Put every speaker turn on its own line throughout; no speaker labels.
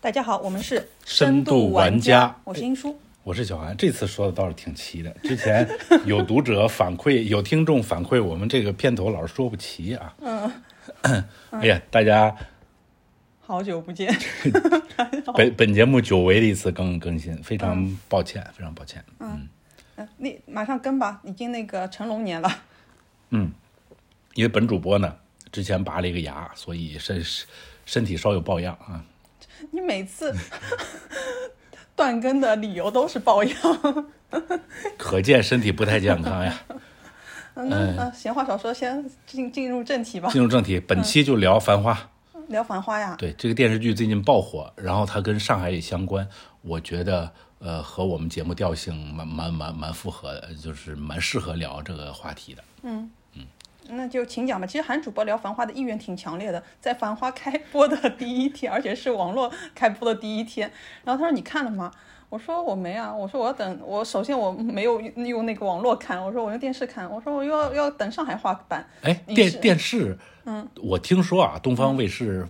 大家好，我们是
深度玩家
我是英叔。
我是小韩，这次说的倒是挺齐的。之前有读者反馈， 有听众反馈，我们这个片头老是说不齐啊。 哎呀，大家
好久不见，
本本节目久违的一次更更新，非常抱歉，非常抱歉。嗯
嗯那马上跟吧，已经那个成龙年了，
嗯，因为本主播呢之前拔了一个牙，所以身身体稍有抱恙啊。
你每次 断更的理由都是抱恙。
可见身体不太健康呀。
嗯，那那闲话少说，先进进入正题吧，
哎进入正题，本期就聊《繁花》。
聊《繁花》呀。
对这个电视剧最近爆火，然后它跟上海也相关，我觉得呃和我们节目调性蛮蛮蛮蛮符合的，就是蛮适合聊这个话题的。
那就请讲吧。其实韩主播聊《繁花》的意愿挺强烈的，在《繁花》开播的第一天，而且是网络开播的第一天。然后他说：“你看了吗？”我说：“我没啊。”我说：“我要等。我首先我没有用用那个网络看，我说我用电视看。我说我又要要等上海话版。
哎，
你
电
是
电视，嗯，我听说啊，东方卫视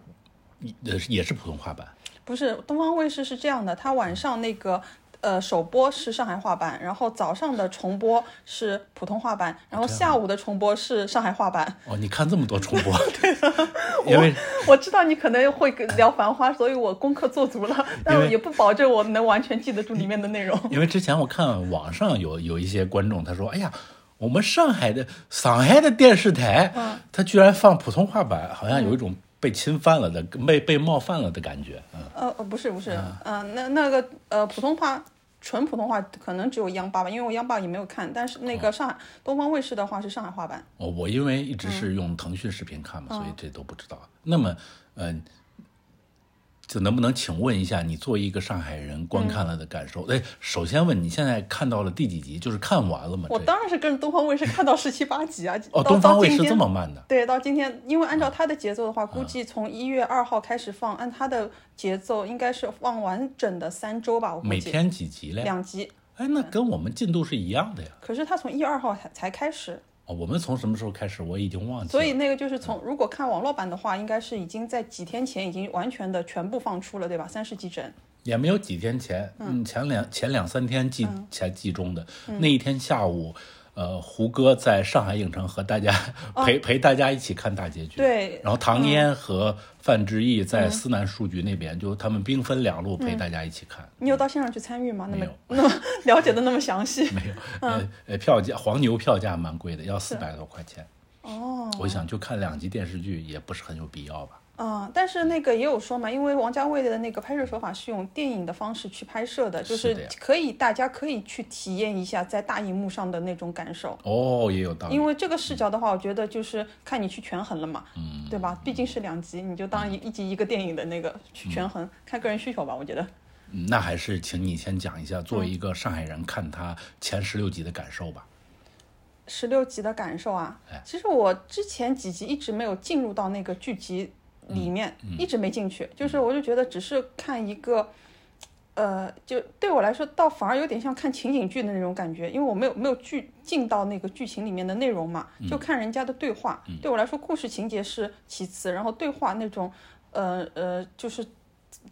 也也是普通话版，
不是东方卫视是这样的，它晚上那个。”呃，首播是上海话版，然后早上的重播是普通话版，然后下午的重播是上海话版。
哦，你看这么多重播，因为
我知道你可能会聊《繁花》，所以我功课做足了，但我也不保证我能完全记得住里面的内容。
因为之前我看网上有有一些观众他说，哎呀。我们上海的上海的电视台，它居然放普通话版，好像有一种被侵犯了的、被被冒犯了的感觉。嗯，
呃，呃不是不是，
啊
嗯、那那个呃，普通话纯普通话可能只有央八吧，因为我央八也没有看，但是
哦
那个上海、东方卫视的话是上海话版。
我我因为一
嗯
直是用腾讯视频看
哦
嘛，所以这都不知道。那么，嗯、就能不能请问一下，你作为一个上海人
嗯
观看了的感受？哎、首先问你现在看到了第几集？就是看完了吗？
我
这
当然是跟着东方卫视看到十七八集啊，
哦，
到
东方卫视
到今
这
天
么啊慢的，
对，到今天，因为按照他的节奏的话，估计从一月二号开始放，按他的节奏应该是放完整的三周吧，我估
每
计
天几集嘞？
两嗯集。
哎，那跟我们进度是一样的呀。
可是他从一月二号才才开始，
哦，我们从什么时候开始？我已经忘记了。
所以那个就是从如果看网络版的话，应该是已经在几天前已经完全的全部放出了，对吧？三十集整。
也没有几天前，嗯，前两前两三天记
嗯
前记中的那一天下午，呃，胡歌在上海影城和大家 陪陪大家一起看大结局，
哦对嗯
然后唐嫣和范志毅在思南书局那边，就他们兵分两路陪大家一起看，
你有到现场去参与吗？那
没
么
有
那么 了解的那么详细？
没有，呃呃，票价黄牛票价蛮贵的，要四百多块钱。
哦，
我想就看两集电视剧也不是很有必要吧。
啊、但是那个也有说嘛，因为王家卫的那个拍摄手法是用电影的方式去拍摄的，就是
的
是
呀
可以大家可以去体验一下在大荧幕上的那种感受。
哦，也有道理
因。为这个视角的话，我觉得就是看你去权衡了嘛，
嗯
对吧？毕竟是两集，你就当一一集一个电影的那个去权衡，看个人需求吧，我觉得。
嗯那还是请你先讲一下，
嗯
作为一个上海人看他前十六集的感受吧。
十六集的感受啊
哎，
其实我之前几集一直没有进入到那个剧集里面，一直没进去，就是我就觉得只是看一个，呃，就对我来说倒反而有点像看情景剧的那种感觉，因为我没有没有剧进到那个剧情里面的内容嘛，就看人家的对话，对我来说故事情节是其次，然后对话那种，呃呃，就是。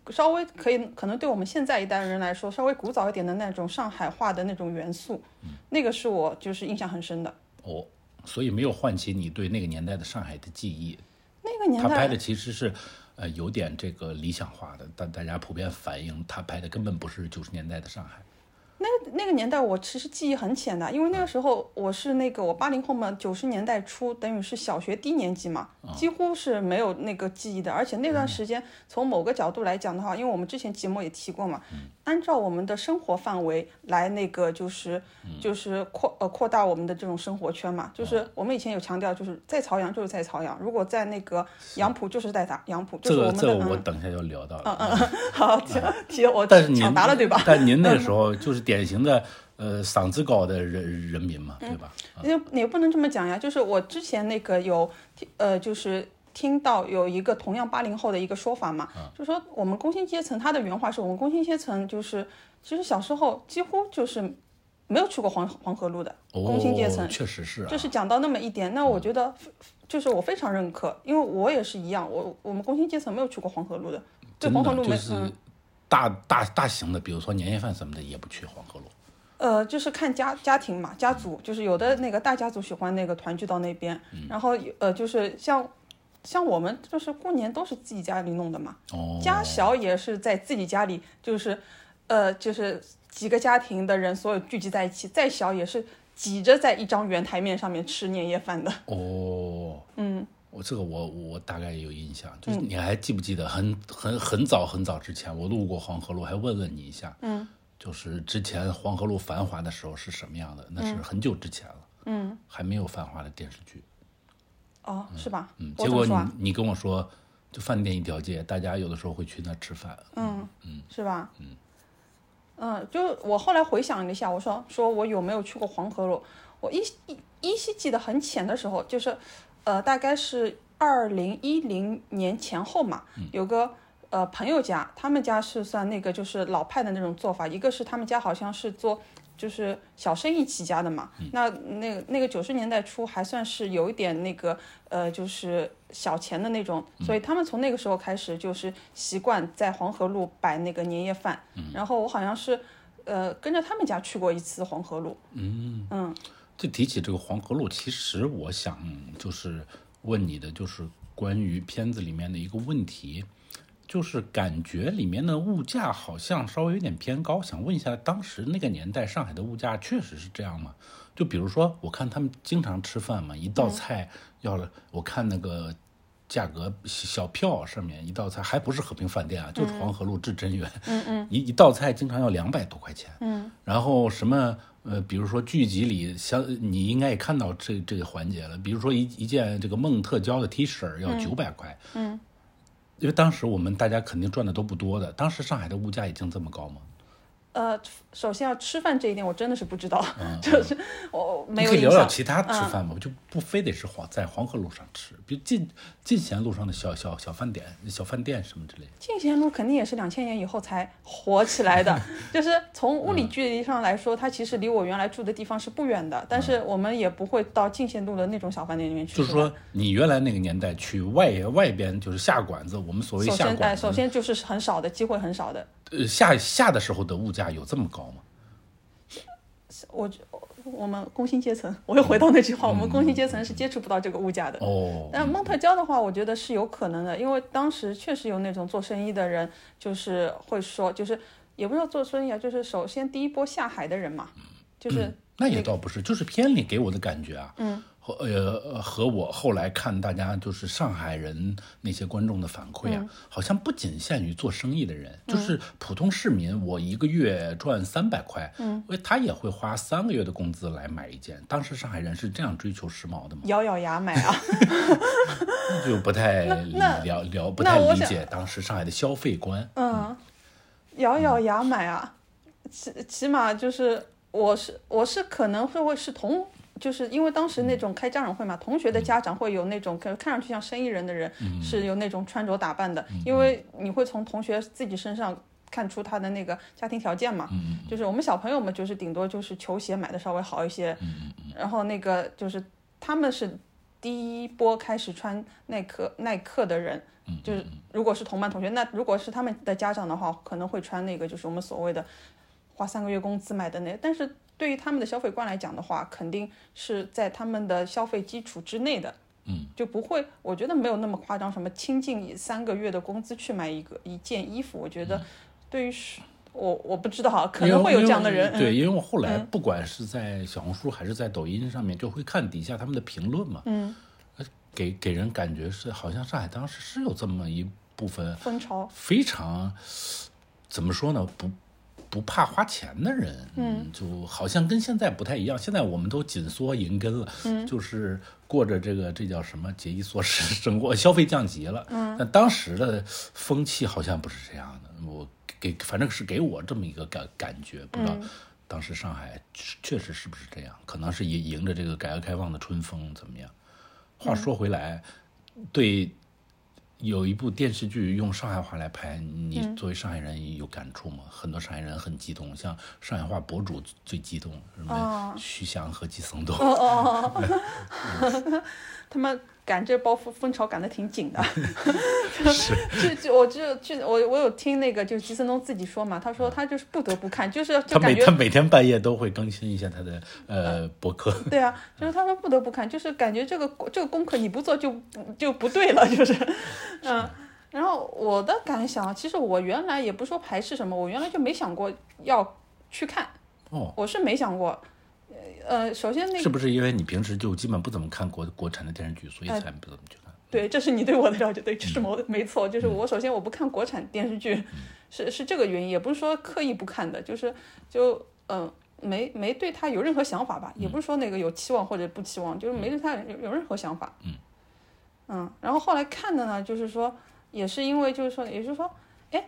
稍微可以，可能对我们现在一代人来说，稍微古早一点的那种上海话的那种元素，那个是我就是印象很深的。
哦，所以没有唤起你对那个年代的上海的记忆。
那个年
他拍
代，
的其实是，呃，有点这个理想化的，但大家普遍反映他拍的根本不是九十年代的上海。
那个年代我其实记忆很浅的，因为
嗯
那个时候我是那个我八零后嘛，九十年代初，等于是小学低年级嘛，
嗯
几乎是没有那个记忆的。而且那段时间，从某个角度来讲的话，因为我们之前节目也提过嘛，
嗯
按照我们的生活范围来那个就是
嗯
就是扩呃扩大我们的这种生活圈嘛，
哦
就是我们以前有强调，就是在朝阳就是在朝阳，如果在那个杨浦就是在打杨浦，就
这
是我
个
们
这
的
个我
嗯
等一下就聊到了。嗯
好提提我
但是您
抢答了对吧？
但您 那个时候就是典型的呃嗓子高的人人民嘛，对吧？
也也不能这么讲呀，就是我之前那个有，呃，就是听到有一个同样八零后的一个说法嘛，
嗯
就说我们工薪阶层，他的原话是我们工薪阶层就是，其实小时候几乎就是没有去过黄黄河路的工薪阶层
哦，，确实是啊。
就是讲到那么一点，那我觉得非就是我非常认可，因为我也是一样，我我们工薪阶层没有去过黄河路的，对
真
黄
的
河路没
就是
嗯
大大大型的，比如说年夜饭什么的，也不去黄鹤楼。
呃，就是看家家庭嘛，家族就是有的那个大家族喜欢那个团聚到那边，
嗯
然后呃，就是像像我们就是过年都是自己家里弄的嘛，
哦，
家小也是在自己家里，就是呃，就是几个家庭的人所有聚集在一起，再小也是挤着在一张圆台面上面吃年夜饭的。
哦，嗯，我这个我我大概有印象，就是你还记不记得很很很早很早之前，我路过黄河路，还问问你一下，嗯，就是之前黄河路繁华的时候是什么样的？那是很久之前了，嗯，还没有繁华的电视剧，
哦，是吧？
嗯，
我怎
结
么
果
说啊？
你你跟我说，就饭店一条街，大家有的时候会去那吃饭，
嗯，是吧？嗯，就我后来回想了一下，我说说我有没有去过黄河路？我依依依稀记得很浅的时候，就是，呃，大概是二零一零年前后嘛，有个呃朋友家，他们家是算那个就是老派的那种做法，一个是他们家好像是做。就是小生意起家的嘛，那那个那个九十年代初还算是有一点那个呃，就是小钱的那种，
嗯
所以他们从那个时候开始就是习惯在黄河路摆那个年夜饭。
嗯
然后我好像是呃跟着他们家去过一次黄河路，
就提起这个黄河路，其实我想就是问你的，就是关于片子里面的一个问题，就是感觉里面的物价好像稍微有点偏高，想问一下，当时那个年代上海的物价确实是这样吗？就比如说，我看他们经常吃饭嘛，一道菜要了，我看那个。价格小票上面一道菜还不是和平饭店啊，就是黄河路至真园，嗯嗯，一一道菜经常要两百多块钱，嗯，然后什么呃，比如说剧集里像你应该也看到这这个环节了，比如说一一件这个梦特娇的 T 恤儿要九百块，嗯，因为当时我们大家肯定赚的都不多的，当时上海的物价已经这么高吗？
呃，首先要吃饭这一点我真的是不知道，就是我没
嗯你
有嗯
可以
印
聊聊
象。
其他吃饭吗？就不非得是黄在黄河路上吃，比如进进贤路上的小小小饭店、小饭店什么之类的。
进贤路肯定也是两千年以后才火起来 的，就是从物
嗯
理距离上来说，它其实离我原来住的地方是不远的，但是我们也不会到进贤路的那种小饭店里面去。
嗯就是说，你原来那个年代去外外边就是下馆子，我们所谓
首
下
先，哎，
馆
首
子，嗯
先就是很少的机会，很少的。
呃，下下的时候的物价有这么高吗？
我我们工薪阶层，我又回到那句话，我们工薪阶层是接触不到这个物价的。
哦，
但蒙特娇的话，我觉得是有可能的，因为当时确实有那种做生意的人，就是会说，就是也不是说做生意啊，就是首先第一波下海的人嘛，就是
那也倒不是，就是片里给我的感觉啊，嗯，和呃和我后来看大家就是上海人那些观众的反馈啊，
嗯
好像不仅限于做生意的人，就是普通市民，我一个月赚三百块，嗯，他也会花三个月的工资来买一件。当时上海人是这样追求时髦的吗？
咬咬牙买啊。
就不太理
那
了了不太
那我
理
想
解当时上海的消费观。
嗯，咬咬牙买啊，起起码就是我是我是可能会会是同，就是因为当时那种开家长会嘛，同学的家长会有那种可能看上去像生意人的人，是有那种穿着打扮的，因为你会从同学自己身上。看出他的那个家庭条件嘛，就是我们小朋友们就是顶多就是球鞋买的稍微好一些，然后那个就是他们是第一波开始穿耐克耐克的人，
嗯
就是如果是同班同学，那如果是他们的家长的话，可能会穿那个就是我们所谓的花三个月工资买的那，但是对于他们的消费观来讲的话，肯定是在他们的消费基础之内的。嗯，就不会，我觉得没有那么夸张，什么倾尽以三个月的工资去买一个一件衣服，我觉得对于是，我我不知道啊，可
嗯因
能会
为
有这
因为
样的人，嗯
对，因为我后来不管是在小红书还是在抖音上面，就会看底下他们的评论嘛。嗯，给给人感觉是好像上海当时是有这么一部分
风潮，
非常怎么说呢，不不怕花钱的人，嗯，就好像跟现在不太一样。现在我们都紧缩银根了，嗯，就是过着这个这叫什么节衣缩食生活，消费降级了。嗯，但当时的风气好像不是这样的，我给反正是给我这么一个感感觉，不知道。当时上海确确实是不是这样？可能是迎迎着这个改革开放的春风怎么样？话说回来，对有一部电视剧用上海话来拍，
嗯
你作为上海人有感触吗？很多上海人很激动，像上海话博主最激
哦
动，什么徐翔和季松都，
哦 他们赶这包风风潮赶得挺紧的， 就就我就就我我有听那个就是吉森东自己说嘛，他说他就是不得不看，就是就
嗯他
感
每
觉
他每天半夜都会更新一下他的呃 博客，
对啊，就是他说不得不看，就是感觉这个这个功课你不做就就不对了，就是，嗯。然后我的感想，啊其实我原来也不说排斥什么，我原来就没想过要去看，
哦，
我是没想过。呃，首先那个
是不是因为你平时就基本不怎么看国国产的电视剧，所以
呃
才不怎么去看？
对，这是你对我的了解，对，这是没没错，就是我首先我不看国产电视剧，是是这个原因，也不是说刻意不看的，就是就嗯、呃没没对他有任何想法吧，也不是说那个有期望或者不期望，就是没对他有有任何想法。嗯然后后来看的呢，就是说也是因为就是说，也就是说，哎，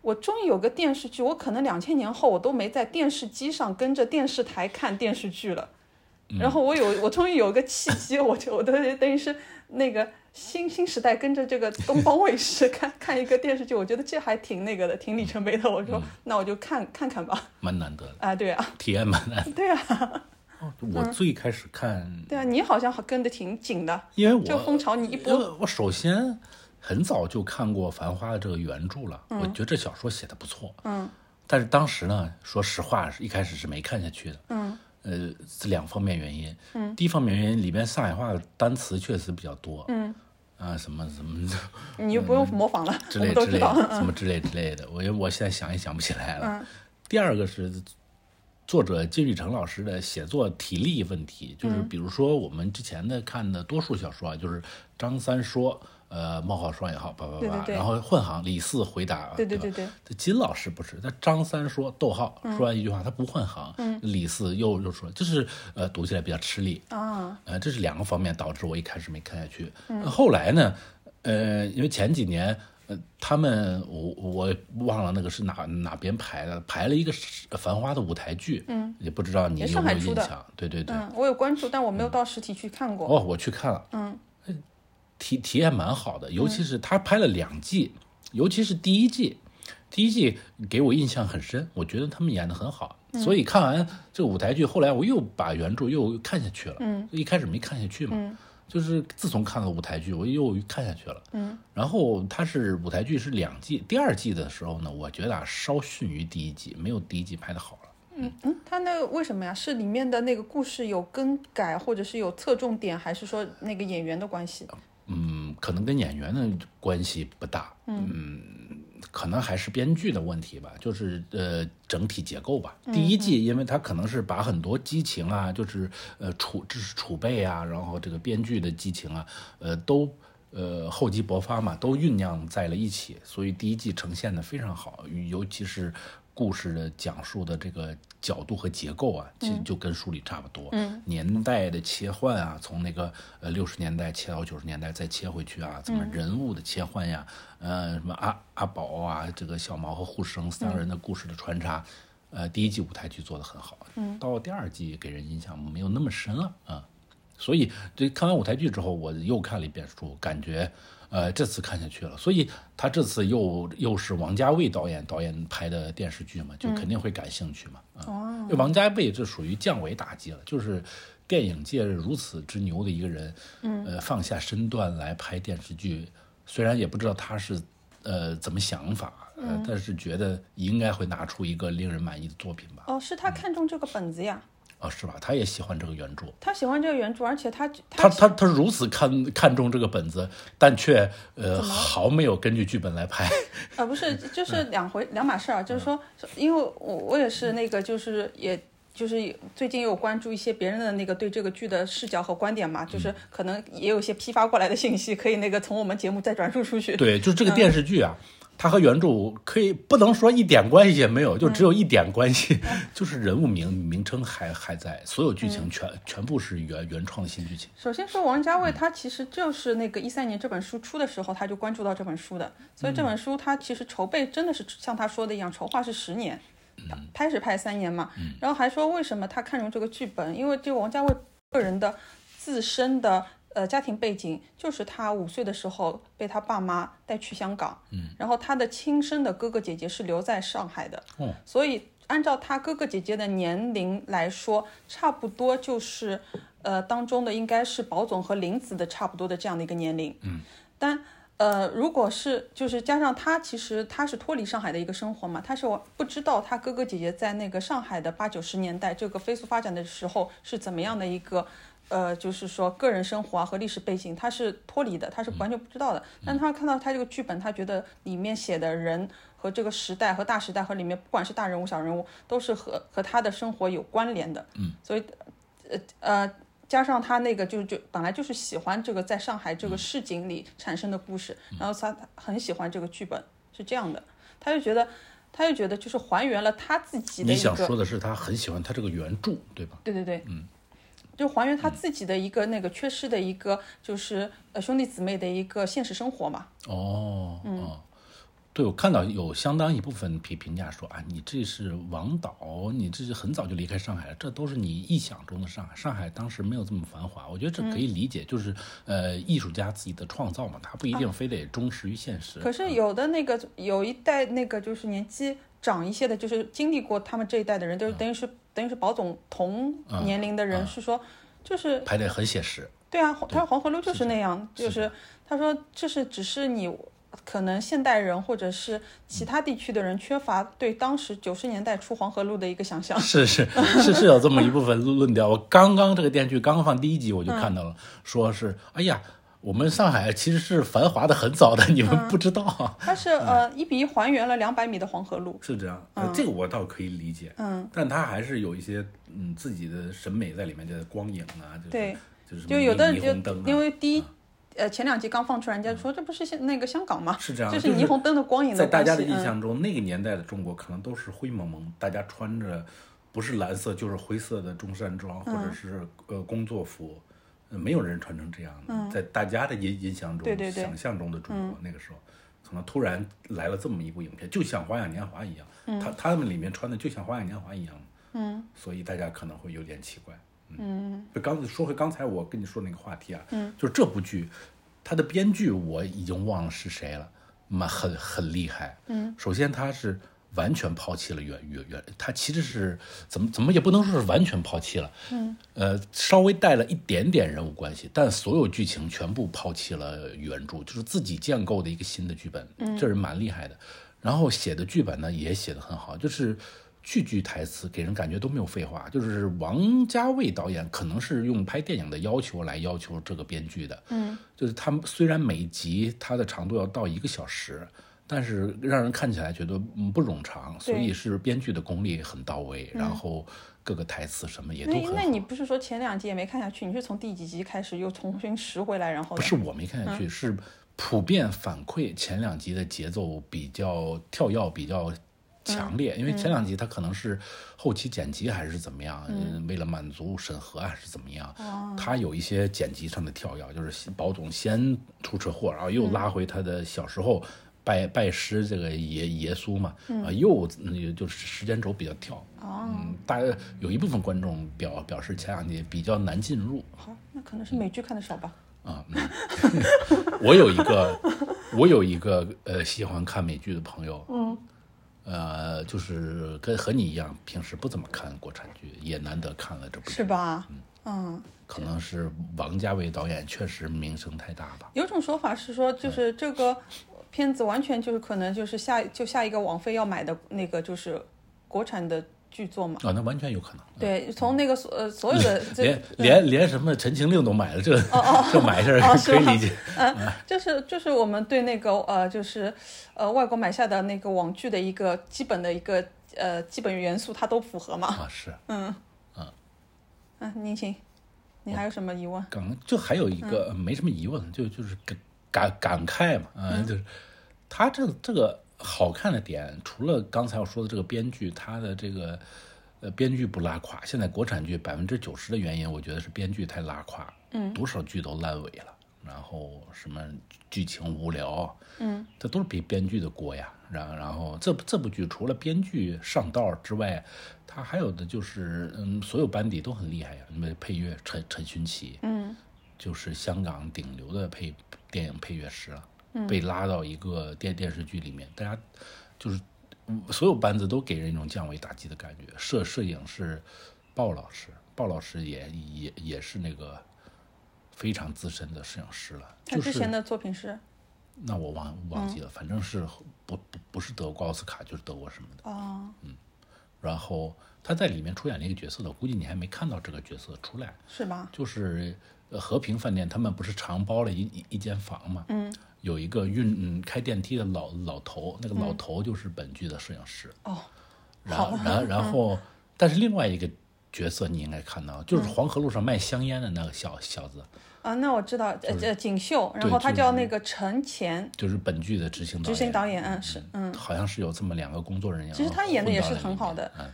我终于有个电视剧，我可能两千年后我都没在电视机上跟着电视台看电视剧了。
嗯
然后我有，我终于有个契机，我就我都等于是那个新新时代跟着这个东方卫视看看一个电视剧，我觉得这还挺那个的，挺里程碑的。我
嗯
说、那我就看看看吧，
蛮难得的，
啊，对啊，
体验蛮难。
对啊，
哦，我最开始看，
对啊，你好像还跟得挺紧的，
因为我
这个风潮你一
因
波，
为我首先很早就看过《繁花》的这个原著了，我觉得这小说写的不错。
嗯，
但是当时呢，说实话，是一开始是没看下去的。
嗯，
呃，是两方面原因。嗯，第一方面原因，里面上海话单词确实比较多。
嗯，
啊，什么什么
你就不用模仿了，
嗯之
我
类
们
之
都知
类
道。嗯
的，什么之类之类的，我我现在想也想不起来了。第二个是作者金宇澄老师的写作体力问题，就是
嗯
比如说我们之前的看的多数小说啊，就是张三说，呃，冒号双引号，叭叭
对对
叭，
对
然后混行，李四回答，啊
对对
吧
对对嗯
这金老师不是，他张三说逗号，说完一句话他不换行，李四又又说，就是呃读起来比较吃力
啊，
呃，这是两个方面导致我一开始没看下去。
嗯
呃后来呢，呃，因为前几年。呃，他们我我忘了那个是哪哪边排的，排了一个是《繁花》的舞台剧，嗯，也不知道你
也
有
上
没
海
有
出
印
的
象？对对 对，
嗯，我有关注，但我没有到实体去看过。
哦，我去看了，嗯，体体验蛮好的，尤其是他拍了两季，尤其是第一季，第一季给我印象很深，我觉得他们演的很好，所以看完这个舞台剧，后来我又把原著又看下去了，嗯，一开始没看下去嘛，就是自从看了舞台剧，我又看下去了，嗯，然后它是舞台剧是两季，第二季的时候呢，我觉得啊稍逊于第一季，没有第一季拍的好了。
嗯，他那个为什么呀？是里面的那个故事有更改，或者是有侧重点，还是说那个演员的关系？
嗯，可能跟演员的关系不大，嗯可能还是编剧的问题吧，就是呃整体结构吧。第一季，因为它可能是把很多激情啊，就是呃储知识储备啊，然后这个编剧的激情啊，呃都呃厚积薄发嘛，都酝酿在了一起，所以第一季呈现的非常好，尤其是故事的讲述的这个角度和结构啊，其实就跟书里差不多。嗯，年代的切换啊，从那个呃六十年代切到九十年代，再切回去啊，怎么人物的切换呀，呃，什么阿阿宝啊，这个小毛和护生三人的故事的穿插。呃，第一季舞台剧做得很好，嗯，到第二季给人印象没有那么深了啊、所以这看完舞台剧之后，我又看了一遍书，感觉呃这次看下去了。所以他这次又又是王家卫导演导演拍的电视剧嘛，就肯定会感兴趣嘛。啊、因为王家卫这属于降维打击了，就是电影界如此之牛的一个人，嗯、呃放下身段来拍电视剧，虽然也不知道他是呃怎么想法。呃，但是觉得应该会拿出一个令人满意的作品吧？
哦，是他看中这个本子呀，
啊，是吧？他也喜欢这个原著，
他喜欢这个原著，而且他他
他他他如此看看重这个本子，但却呃毫没有根据剧本来拍。
呃不是，就是两回两码事儿啊，就是说，因为我我也是那个，就是也。就是最近也有关注一些别人的那个对这个剧的视角和观点嘛，就是可能也有一些批发过来的信息，可以那个从我们节目再转述出去。
对，就是这个电视剧啊，
嗯
它和原著可以不能说一点关系也没有，就只有
嗯
一点关系， 就是人物名名称还还在，所有剧
嗯
情全、全部是原原创的新剧情。
首先说，王家卫他其实就是那个一三年这本书出的时候，他就关注到这本书的，所以这本书他其实筹备真的是像他说的一样，筹划是十年，拍是拍三年嘛，然后还说为什么他看中这个剧本，因为就王家卫个人的自身的呃家庭背景，就是他五岁的时候被他爸妈带去香港，然后他的亲生的哥哥姐姐是留在上海的，
哦
所以按照他哥哥姐姐的年龄来说，差不多就是呃当中的应该是宝总和林子的差不多的这样的一个年龄，
嗯，
但呃如果是就是加上他其实他是脱离上海的一个生活嘛，他是我不知道他哥哥姐姐在那个上海的八九十年代这个飞速发展的时候是怎么样的一个。呃，就是说个人生活啊和历史背景，他是脱离的，他是完全不知道的。
嗯
但他看到他这个剧本，他觉得里面写的人和这个时代和大时代和里面，不管是大人物小人物，都是和和他的生活有关联的。
嗯，
所以，呃呃，加上他那个就就本来就是喜欢这个在上海
嗯
这个市井里产生的故事，然后他他很喜欢这个剧本，是这样的，他就觉得。他就觉得就是还原了他自己的
你
一
想
个，
说的是他很喜欢他这个原著，对吧？
对对对，嗯，就还原他自己的一个那个缺失的一个，就是呃兄弟姊妹的一个现实生活嘛。
哦，哦，对，我看到有相当一部分评评价说啊，你这是王导，你这是很早就离开上海了，这都是你臆想中的上海。上海当时没有这么繁华，我觉得这可以理解，就是呃，艺术家自己的创造嘛，他不一定非得忠实于现实。
可是有的那个有一代那个就是年纪长一些的，就是经历过他们这一代的人，就是等于是等于是保总同年龄的人，是说就是
拍得很写实，
对啊，他说黄河路就是那样，就是他说这是只是你可能现代人或者是其他地区的人缺乏对当时九十年代初黄河路的一个想象。
是是是是有这么一部分论调。我刚刚这个电视剧刚刚放第一集，我就看到了，说是哎呀，我们上海其实是繁华的很早的，你们不知道啊。
它是呃一比一还原了两百米的黄河路，
是这样，呃，这个我倒可以理解，
嗯，
但他还是有一些嗯自己的审美在里面，就是光影啊，就是
对，
就是
就有的
霓
人就
虹灯
因
啊，
为第一，呃，前两集刚放出来，人家说这不是现那个香港吗？
是这样，
就是
啊就是
霓虹灯的光影
在
的
大
关
家的
系。
印
嗯，
象中，那个年代的中国可能都是灰蒙蒙，大家穿着不是蓝色就是灰色的中山装，或
嗯
者是呃工作服。呃没有人穿成这样的，在大家的印印象
嗯
中、
对对嗯对
想象中的中国，那个时候，可能突然来了这么一部影片，就像《花样年华》一样，
嗯
他他们里面穿的就像《花样年华》一样，嗯，所以大家可能会有点奇怪，嗯，就刚才说回刚才我跟你说那个话题啊，嗯，就是这部剧，它的编剧我已经忘了是谁了，蛮很很厉害。嗯，首先他是完全抛弃了原原原，他其实是怎么怎么也不能说是完全抛弃了，嗯，呃，稍微带了一点点人物关系，但所有剧情全部抛弃了原著，就是自己建构的一个新的剧本。嗯，这人蛮厉害的。然后写的剧本呢也写得很好，就是句句台词给人感觉都没有废话，就是王家卫导演可能是用拍电影的要求来要求这个编剧的，嗯，就是他们虽然每集它的长度要到一个小时，但是让人看起来觉得嗯不冗长，所以是编剧的功力很到位，然后各个台词什么也都
那
很
嗯那
好。
你不是说前两集也没看下去？你是从第几集开始又重新拾回来，然后
不是我没看下去，是普遍反馈前两集的节奏比较跳跃，比较强烈。因为前两集它可能是后期剪辑还是怎么样，嗯，哦为了满足审核还是怎么样，它有一些剪辑上的跳跃，就是保总先出车祸，然后又拉回他的小时候。拜拜师这个耶耶稣嘛，啊、又嗯就是时间轴比较跳，嗯，大家有一部分观众表表示前两集比较难进入，
好，那可能是美剧看的少吧。
啊、嗯我有一个，我有一个呃喜欢看美剧的朋友，嗯，呃，就是跟和你一样，平时不怎么看国产剧，也难得看了这部剧，
是吧？嗯，
可能是王家卫导演确实名声太大吧。
有种说法是说，
嗯
就是这个片子完全就是可能就是下就下一个王菲要买的那个就是国产的剧作嘛。
啊、那完全有可能，
对，从那个所呃所有的这
连连连什么《陈情令》都买了，这、 这买事儿
哦是
可以
吗
理解。
就是就是我们对那个呃，就是呃外国买下的那个网剧的一个基本的一个呃基本元素，它都符合嘛。
啊，是，
嗯、您请，你还有什么疑问？
感就还有一个、呃没什么疑问，就就是感感感慨嘛，嗯，就是他这这个好看的点，除了刚才我说的这个编剧，他的这个呃编剧不拉胯，现在国产剧百分之九十的原因，我觉得是编剧太拉胯，嗯，多少剧都烂尾了，然后什么剧情无聊，嗯，这都是比编剧的锅呀。然然后这部这部剧除了编剧上道儿之外，他还有的就是嗯，所有班底都很厉害呀，你们配乐陈陈勋奇，嗯，就是香港顶流的配电影配乐师了，
嗯
被拉到一个电电视剧里面，大家就是嗯所有班子都给人一种降维打击的感觉。摄摄影是鲍老师，鲍老师也也也是那个非常资深的摄影师了，
他
就
之前
是
的作品是
那我忘
嗯
忘记了，反正是不不不是德国奥斯卡就是德国什么的。嗯
哦，
然后他在里面出演了一个角色的，估计你还没看到这个角色出来，
是吧？
就是呃和平饭店他们不是常包了一一一间房嘛，嗯，有一个运嗯开电梯的老老头，那个老头就是本剧的摄影师，
嗯哦，
然后然然 后，但是另外一个角色你应该看到，
嗯
就是黄河路上卖香烟的那个小小子，
啊，那我知道，呃，这锦绣，然后他
就
叫那个陈乾，
就是本剧的执行导
执
演，
行导演，嗯，是，嗯，
嗯，好像是有这么两个工作人员，
其实他演的也是很好的
混到了里面嗯。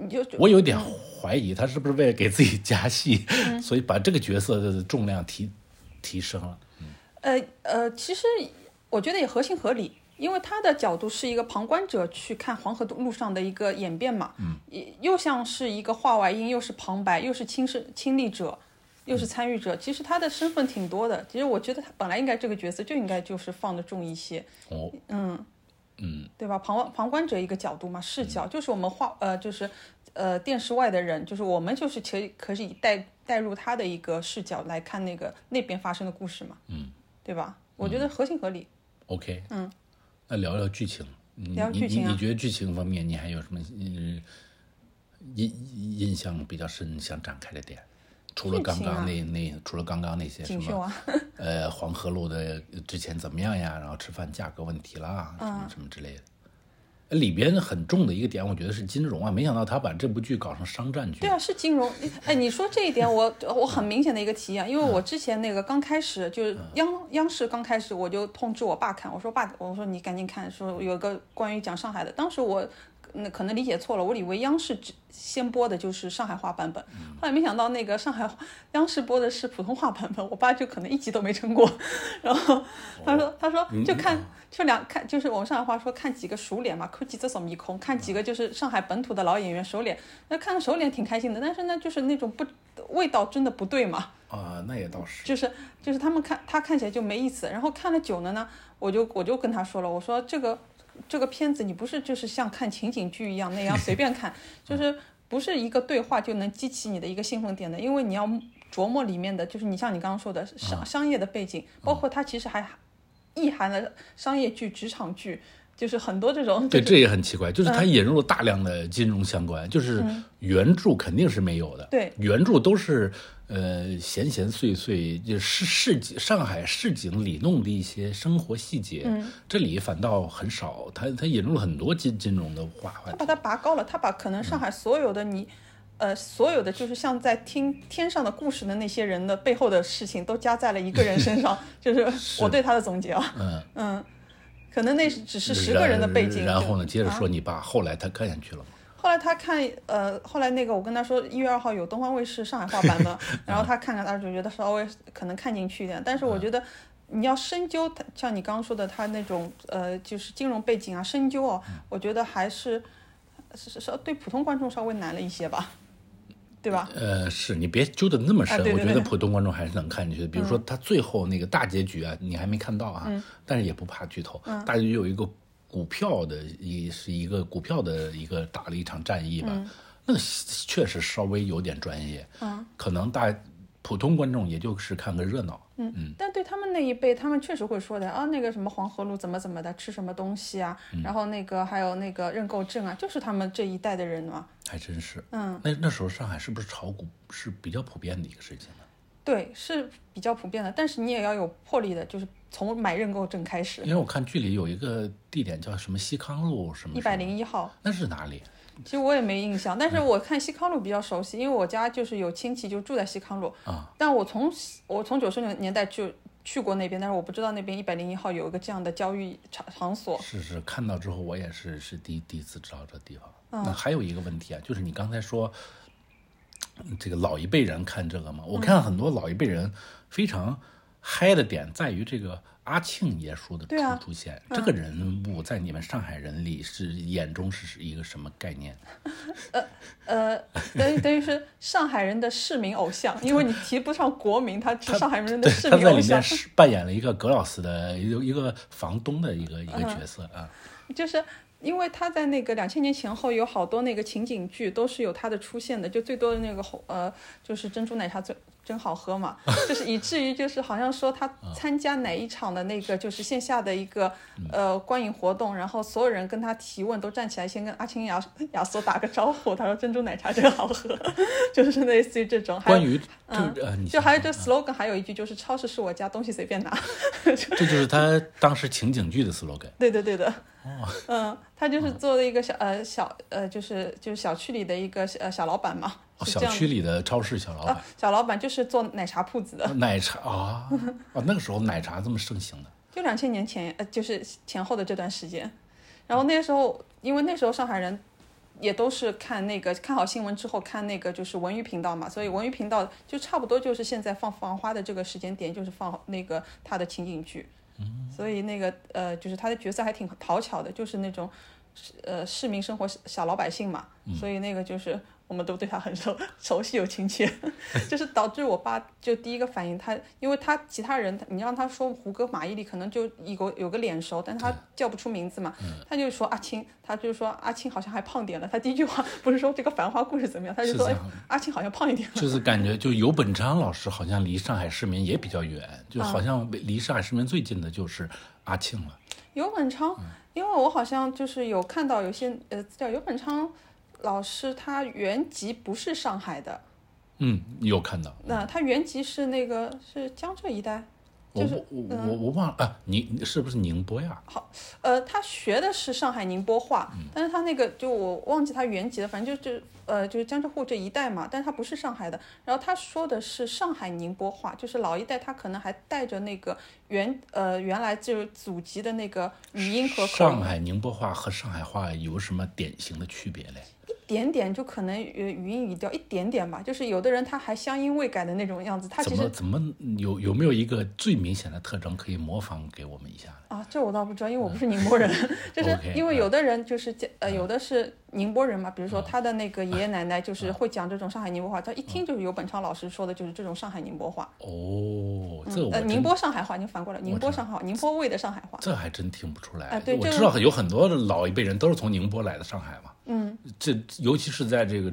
你你就就
我有点怀疑他是不是为了给自己加戏，
嗯
所以把这个角色的重量提提升了。
呃呃，其实我觉得也合情合理，因为他的角度是一个旁观者去看黄河路上的一个演变嘛，嗯，又像是一个话外音，又是旁白，又是亲身亲历者，又是参与者，其实他的身份挺多的。其实我觉得他本来应该这个角色就应该就是放得重一些，嗯
哦，
对吧？旁旁观者一个角度嘛，视角、就是我们画呃，就是呃电视外的人，就是我们就是可以可以带带入他的一个视角来看那个那边发生的故事嘛，嗯，对吧？我觉得合情合理。
OK，嗯，那聊聊剧情，你
聊
你
剧情
你
啊
你觉得剧情方面你还有什么嗯印印象比较深想展开的点？除了
剧
刚
情
刚
啊
那那除了刚刚那些什
锦绣
么
啊
呃黄河路的之前怎么样呀，然后吃饭价格问题啦，
嗯
什么什么之类的。呃里边很重的一个点，我觉得是金融啊，没想到他把这部剧搞成商战剧
对。啊，是金融。哎，你说这一点我，我很明显的一个体验，因为我之前那个刚开始就是央央视刚开始，我就通知我爸看，我说爸，我说你赶紧看，说有一个关于讲上海的。当时我那可能理解错了，我以为央视只先播的就是上海话版本，后来没想到那个上海话央视播的是普通话版本，我爸就可能一集都没撑过。 然后他说他说就看就两看就是我们上海话说看几个熟脸嘛，看几只手迷空，看几个就是上海本土的老演员熟脸，那看个熟脸挺开心的，但是呢就是那种不味道真的不对嘛，
啊，那也倒是。
就是就是他们看他看起来就没意思，然后看了久了呢，我就我就跟他说了，我说这个这个片子你不是就是像看情景剧一样那样随便 看，就是不是一个对话就能激起你的一个兴奋点的，因为你要琢磨里面的，就是你像你刚刚说的
啊
商商业的背景，包括它其实还意含了商业剧、职场剧，就是很多这种
对，这也很奇怪，就是
嗯
它引入了大量的金融相关，就是原著肯定是没有的。
对
原著都是呃闲闲碎碎，就是市市井上海市井里弄的一些生活细节，
嗯
这里反倒很少。它它引入了很多金金融的话话
他
题
把它拔高了，他把可能上海所有的你，呃，所有的就是像在听天上的故事的那些人的背后的事情，都加在了一个人身上，就是我对他的总结啊，
嗯
可能那是只是十个人的背景。
然
就
后呢，接着
啊
说你爸，后来他看下去了吗？
后来他看，呃，后来那个我跟他说一月二号有东方卫视上海话版的，然后他看看，他就觉得稍微呃可能看进去一点，但是我觉得你要深究他，像你刚刚说的他那种呃，就是金融背景啊，深究哦，我觉得还是是是是对普通观众稍微难了一些吧，对吧？
呃，是你别揪的那么深，
啊对对
我觉得
对嗯
普通观众还是能看进去的。比如说他最后那个大结局啊，你还没看到啊，但是也不怕剧透。
嗯
大结局有一个股票的，一是一个股票的一个打了一场战役吧，
嗯
那个确实稍微有点专业，可能大普通观众也就是看个热闹。
嗯，但对他们那一辈，他们确实会说的啊，那个什么黄河路怎么怎么的，吃什么东西啊，然后那个还有那个认购证啊，就是他们这一代的人嘛。
还真是，嗯，那那时候上海是不是炒股是比较普遍的一个事情呢？
对，是比较普遍的，但是你也要有魄力的，就是从买认购证开始
因。为我看剧里有一个地点叫什么西康路什么
一
什么
百零一号，
那是哪里？
其实我也没印象，但是
嗯
我看西康路比较熟悉，因为我家就是有亲戚就住在西康路。
啊
但我从我从九十年代就去过那边，但是我不知道那边一百零一号有一个这样的交易场场所。
是是，看到之后我也是是第第一次知道这地方。
嗯
那还有一个问题啊，就是你刚才说嗯这个老一辈人看这个嘛，我
嗯
看很多老一辈人非常嗨的点在于这个阿庆爷叔的
对啊
出出现，这个人物在你们上海人里是眼中是是一个什么概念？
呃，等于等于是上海人的市民偶像，因为你提不上国民，他是上海人的
对，
市
他
民
在
偶
里
像
面。是
嗯
扮演了一个葛老师的一个一个房东的一个一个角色啊，
就是因为他在那个两千年前后有好多那个情景剧都是有他的出现的，就最多的那个红呃就是珍珠奶茶最真好喝 嘛，就是以至于就是好像说他
啊
参加哪一场的那个就是线下的一个
嗯
呃观影活动，然后所有人跟他提问都站起来先跟阿青 亚亚索打个招呼，他说珍珠奶茶真好喝， 就是类似于这种。还有嗯
关于这呃，你
就还有这
想
slogan，还有一句就是超市是我家，东西随便拿。
想这就是他当时情景剧 的 slogan。
对的，对的。
哦
嗯，他就是做了一个小呃小呃，就是就是小区里的一个呃小老板嘛，
哦
是这
小
样
区里的超市小老 板
啊，小老板就是做奶茶铺子的，
奶茶啊，啊，那个时候奶茶这么盛行的，
就两千年前呃就是前后的这段时间，然后那时候因为那时候上海人。也都是看那个看好新闻之后看那个就是文娱频道嘛，所以文娱频道就差不多就是现在放《繁花》的这个时间点，就是放那个他的情景剧，
嗯
所以那个呃就是他的角色还挺讨巧的，就是那种呃市民生活小老百姓嘛，
嗯
所以那个就是我们都对他很熟熟悉又亲 切，就是导致我爸就第一个反应他，因为他其他人你让他说胡歌、马伊琍，可能就一个有个脸熟，但他叫不出名字嘛，
嗯
他就说阿青，他就说阿青好像还胖点了，他第一句话不是说这个繁花故事怎么样，他就是说、
这
哎
样、
阿青好像胖一点了，
就是感觉就游本昌老师好像离上海市民也比较远，就
嗯
好像离上海市民最近的就是阿庆了。
游本昌，因为我好像就是有看到有些呃资料，游本昌老师他原籍不是上海的，
嗯，你有看到？
那他原籍是那个是江浙一带，
我
就是嗯
我我我我忘了啊，你你是不是宁波呀？
呃，他学的是上海宁波话，但是他那个就我忘记他原籍了，反正就是呃就是江浙沪这一带嘛，但是他不是上海的，然后他说的是上海宁波话，就是老一代他可能还带着那个原呃原来就是祖籍的那个语音和口
上海宁波话和上海话有什么典型的区别嘞？
一点点就可能呃语音语调一点点吧，就是有的人他还乡音未改的那种样子，他
怎
其
么
实
怎么有有没有一个最明显的特征可以模仿给我们一下呢？
啊，这我倒不知道，因为我不是
嗯
宁波人， 就是因为有的人就是家呃有的是宁波人嘛，比如
嗯
说他的那个爷爷奶奶就是会讲这种上海宁波话，他一
嗯
听就是由本昌老师说的就是这种上海宁波话，
哦，这我
呃
真
宁波上海话，你反过来宁波上海话，宁波味的上海话，
这还真听不出来。
啊对
我
这
知
个
道有很多老一辈人都是从宁波来的上海嘛。嗯，这尤其是在这个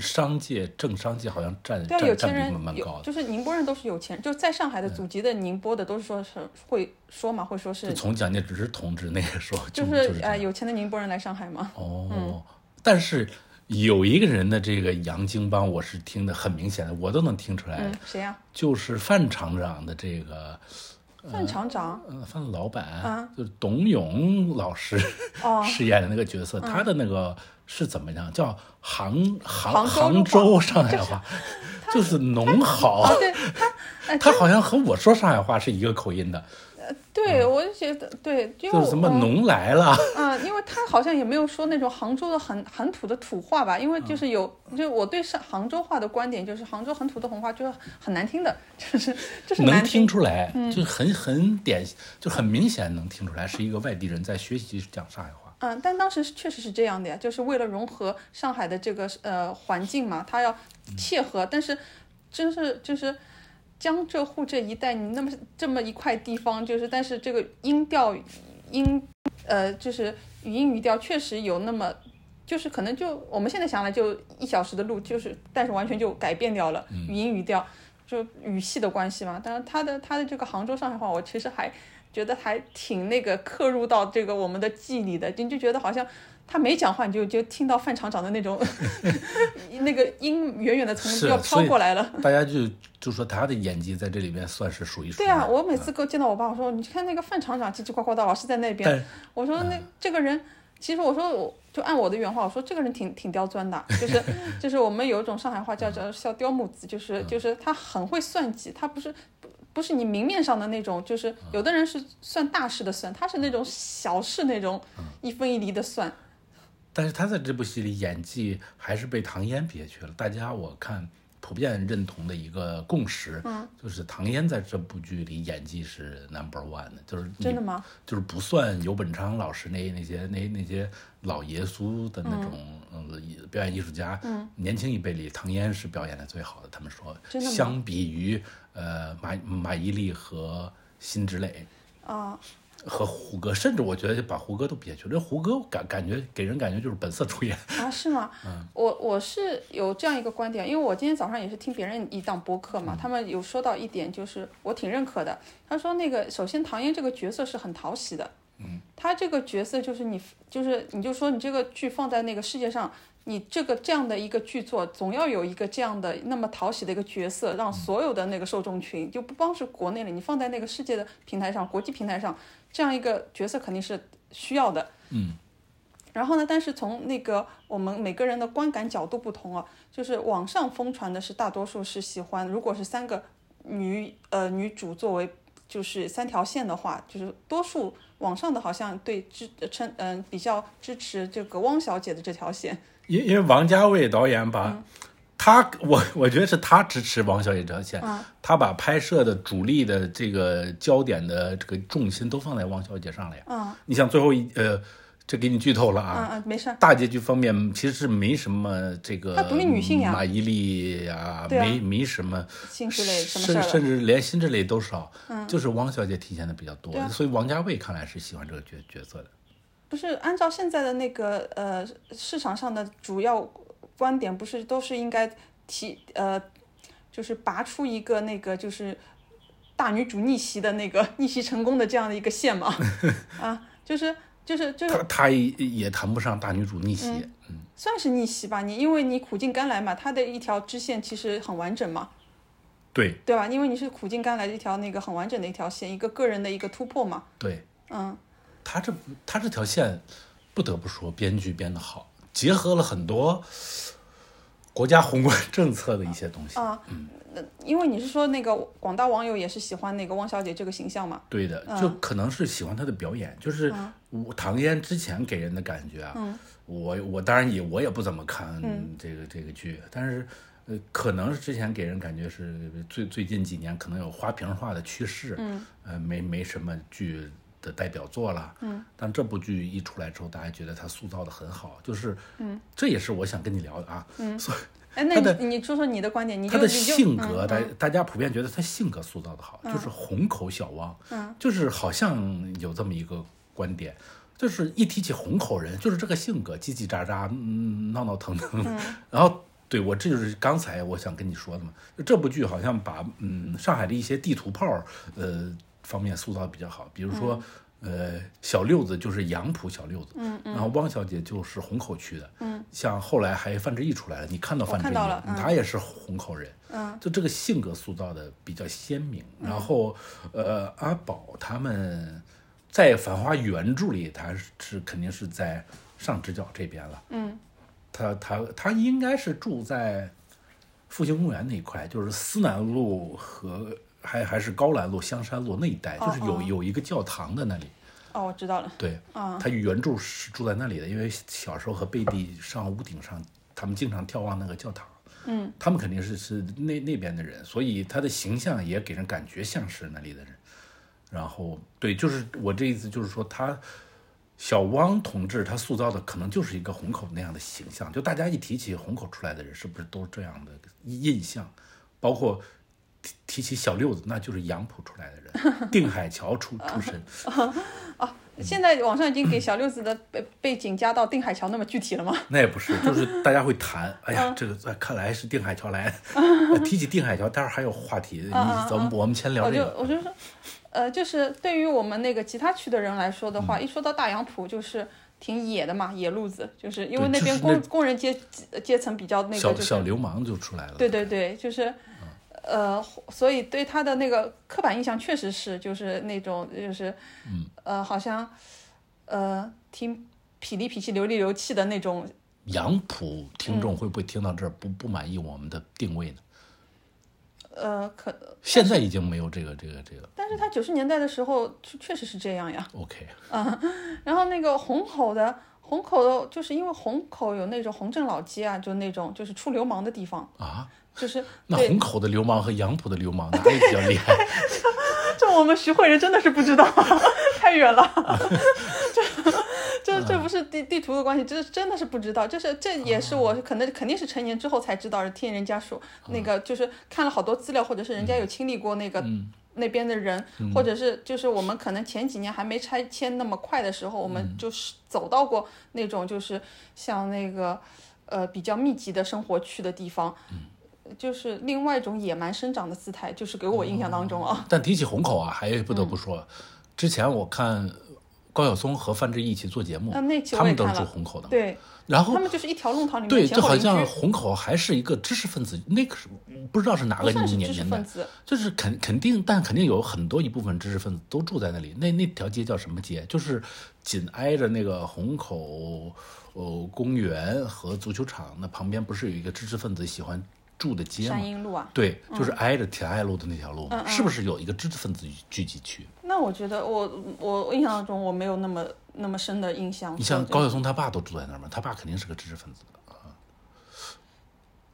商界、政商界，好像占
对啊，
占
有
占
钱人
比蛮蛮
有
高的。
就是宁波人都是有钱，就在上海的祖籍的宁波的都是说是会说嘛，会说
嗯就是从蒋介石同志那个时候
就
就
是
这
呃
样。
有嗯钱的宁波人来上海嘛，
哦，但是有一个人的这个洋泾浜，我是听得很明显的，我都能听出来，
嗯谁呀？
就是范厂长的这个。
范厂长
呃，范老板、就是董永老师
啊哦 嗯
饰演的那个角色，他的那个是怎么样？叫杭杭杭
杭
州
州
上海话， 就是农
啊，
好。
对他，哎，
他好像和我说上海话是一个口音的，
对我就觉得对，因为
嗯就
我
是什么农来了，
啊，因为他好像也没有说那种杭州的很很土的土话吧，因为
嗯
就是有，就是我对上杭州话的观点就是杭州很土的红话就是很难听的， 就是就是嗯
能
难
听出来，就很很典，就很明显能听出来是一个外地人在学习讲上海话。
嗯，但当时是确实是这样的呀，就是为了融合上海的这个呃环境嘛，它要切合。但是，真是就是江浙沪这一带，你那么这么一块地方，就是但是这个音调音呃就是语音语调确实有那么。就是可能就我们现在想来就一小时的路，就是但是完全就改变掉了
嗯
语音语调，就语系的关系嘛。但是他的他的这个杭州上海话，我其实还觉得还挺那个刻入到这个我们的记忆里的，你就觉得好像他没讲话，你就就听到范厂长的那种 那个音远远的
是
从要
所
飘
以
过来了。
大家就就说他的演技在这里边算是数一数
对
二
啊，。我每次跟见到我爸，我说你去看那个范厂长叽叽呱呱的，老是在那边
但。
我说那这个人，其实我说我就按我的原话，我说这个人挺挺刁钻的， 就是就是我们有一种上海话叫叫叫刁木子，就是就是他很会算计，他不是。不不是你明面上的那种，就是有的人是算大事的算，他是那种小事那种一分一厘的算。
但是他在这部戏里演技还是被唐嫣憋屈了。大家我看普遍认同的一个共识，
嗯
就是唐嫣在这部剧里演技是 number one 的，就是你
真的吗？
就是不算游本昌老师那那些那那些老耶稣的那种嗯表演艺术家，年轻一辈里唐嫣是表演的最好的，他们说，
嗯真的吗
相比于呃马马伊琍和辛芷蕾，
啊、
和胡歌，甚至我觉得把胡歌都比下去了。这胡歌感感觉给人感觉就是本色出演，
啊，是吗？我我是有这样一个观点，因为我今天早上也是听别人一档播客嘛，他们有说到一点，就是我挺认可的。他说那个，首先唐嫣这个角色是很讨喜的，嗯，她这个角色就是你，就是你就说你这个剧放在那个世界上，你这个这样的一个剧作，总要有一个这样的那么讨喜的一个角色，让所有的那个受众群，就不光是国内了，你放在那个世界的平台上，国际平台上，这样一个角色肯定是需要的。然后呢，但是从那个我们每个人的观感角度不同啊，就是网上疯传的是大多数是喜欢，如果是三个女呃女主作为就是三条线的话，就是多数网上的好像对支称嗯、比较支持这个汪小姐的这条线，
因因为王家卫导演把，
嗯
他我我觉得是他支持王小姐这条线，
嗯
他把拍摄的主力的这个焦点的这个重心都放在王小姐上了呀。
嗯
你像最后一呃，这给你剧透了啊，
嗯嗯，没事儿，
大结局方面其实是没什么这个
她独立女性呀
马伊琍呀，
对啊
没没什么
性之类什么事
甚
儿了嗯
甚，至连心之类都少，就是汪小姐体现的比较多
对啊，
所以王家卫看来是喜欢这个角角色的。
不是按照现在的那个呃市场上的主要观点，不是都是应该提呃，就是拔出一个那个就是大女主逆袭的那个 逆袭成功的这样的一个线嘛？啊，就是就是就是嗯
他他也也谈不上大女主逆袭，
算是逆袭吧，你因为你苦尽甘来嘛，它的一条支线其实很完整嘛，
对
对吧？因为你是苦尽甘来的一条那个很完整的一条线，一个个人的一个突破嘛，
对，
嗯，
他这他这条线，不得不说编剧编得好，结合了很多国家宏观政策的一些东西。
因为你是说那个广大网友也是喜欢那个汪小姐这个形象嘛，
对的，就可能是喜欢她的表演，就是我唐嫣之前给人的感觉啊，我我当然也我也不怎么看这个、这个剧，但是呃，可能是之前给人感觉是最最近几年可能有花瓶化的趋势，嗯，呃，没没什么剧的代表作了，嗯，但这部剧一出来之后，大家觉得它塑造的很好，就是，嗯，这也是我想跟你聊的啊，嗯，所以
哎，那你你说说你的观点，你
他
就
的
你就嗯
性格，大大家普遍觉得他性格塑造的好，就是虹口小汪，
嗯
就是好像有这么一个观点，就是一提起虹口人，就是这个性格，叽叽喳喳，嗯，闹闹腾腾， 然后。对我，这就是刚才我想跟你说的嘛。这部剧好像把嗯上海的一些地图炮儿呃方面塑造得比较好，比如说、呃小六子就是杨浦小六子，嗯然后汪小姐就是虹口区的，嗯，像后来还范志毅出来了，你看到
我
范志
看
毅
到了嗯
他也是虹口人，
嗯，
就这个性格塑造的比较鲜明。然后，呃，阿宝他们在《繁花》原著里，他是是肯定是在上直角这边了，
嗯，
他他他应该是住在复兴公园那一块，就是思南路和还还是高兰路、香山路那一带，就是有有一个教堂的那里，
哦，我知道了。
对，
啊
他原著是住在那里的，因为小时候和贝蒂上屋顶上，他们经常眺望那个教堂。
嗯，
他们肯定是是那那边的人，所以他的形象也给人感觉像是那里的人。然后，对，就是我这意思，就是说他小汪同志他塑造的可能就是一个虹口那样的形象，就大家一提起虹口出来的人，是不是都这样的印象？包括提提起小六子，那就是杨浦出来 的人，定海桥出出身，
现在网上已经给小六子的背背景加到定海桥那么具体了吗？
那也不是，就是大家会谈，哎呀，
嗯
这个哎看来是定海桥来 的。提起定海桥，待会儿还有话题，你咱们我们先聊
嗯我
这
就
个。
我就说，呃，就是对于我们那个其他区的人来说的
嗯
话，一说到大洋浦就是挺野的嘛，野路子，就是因为
对
那边
就是
工、
那
工人阶阶层比较那个，
小
就是
小流氓就出来了。
对对对，就是。
嗯
呃，所以对他的那个刻板印象确实是，就是那种就是，
嗯
呃，好像，呃，挺痞里痞气、流里流气的那种
杨浦听
嗯
众会不会听到这儿不不满意我们的定位呢？
呃，可，
现在已经没有这个这个这个
但是他九十年代的时候确确实是这样呀。
OK，
然后那个虹口的虹口的，就是因为虹口有那种虹镇老街啊，就那种就是出流氓的地方，
啊。
就是
那
对
虹口的流氓和杨浦的流氓哪里比较厉害？
这我们徐汇人真的是不知道， 太远了。这这这不是地地图的关系，这真的是不知道。就是这也是我可能肯定是成年之后才知道，听人家说那个就是看了好多资料，或者是人家有经历过那个那边的人，或者是就是我们可能前几年还没拆迁那么快的时候，我们就是走到过那种就是像那个呃比较密集的生活区的地方，就是另外一种野蛮生长的姿态，就是给我印象当中啊，
但提起虹口啊，还不得
嗯
不说，之前我看高晓松和范志毅一起做节目，
啊那期
他
我也
们都
看
是住
了，
虹口的嘛，
对
然后
他们就是一条弄堂里
对，
面前
这
后
好
邻
像
居，
虹口还是一个知识分子，那个是不知道是哪
不
个
算是
年
知识
年代
分，子，
就是肯肯定，但肯定有很多一部分知识分子都住在那里。那那条街叫什么街？就是紧挨着那个虹口呃公园和足球场，那旁边不是有一个知识分子喜欢住的街
山嗯
吗？
阴路啊。
对，就是挨着铁爱路的那条路嘛，是不是有一个知识分子聚集区？
那我觉得我我印象中我没有那么那么深的印象。
你像
就
高晓松他爸都住在那儿嘛，他爸肯定是个知识分子。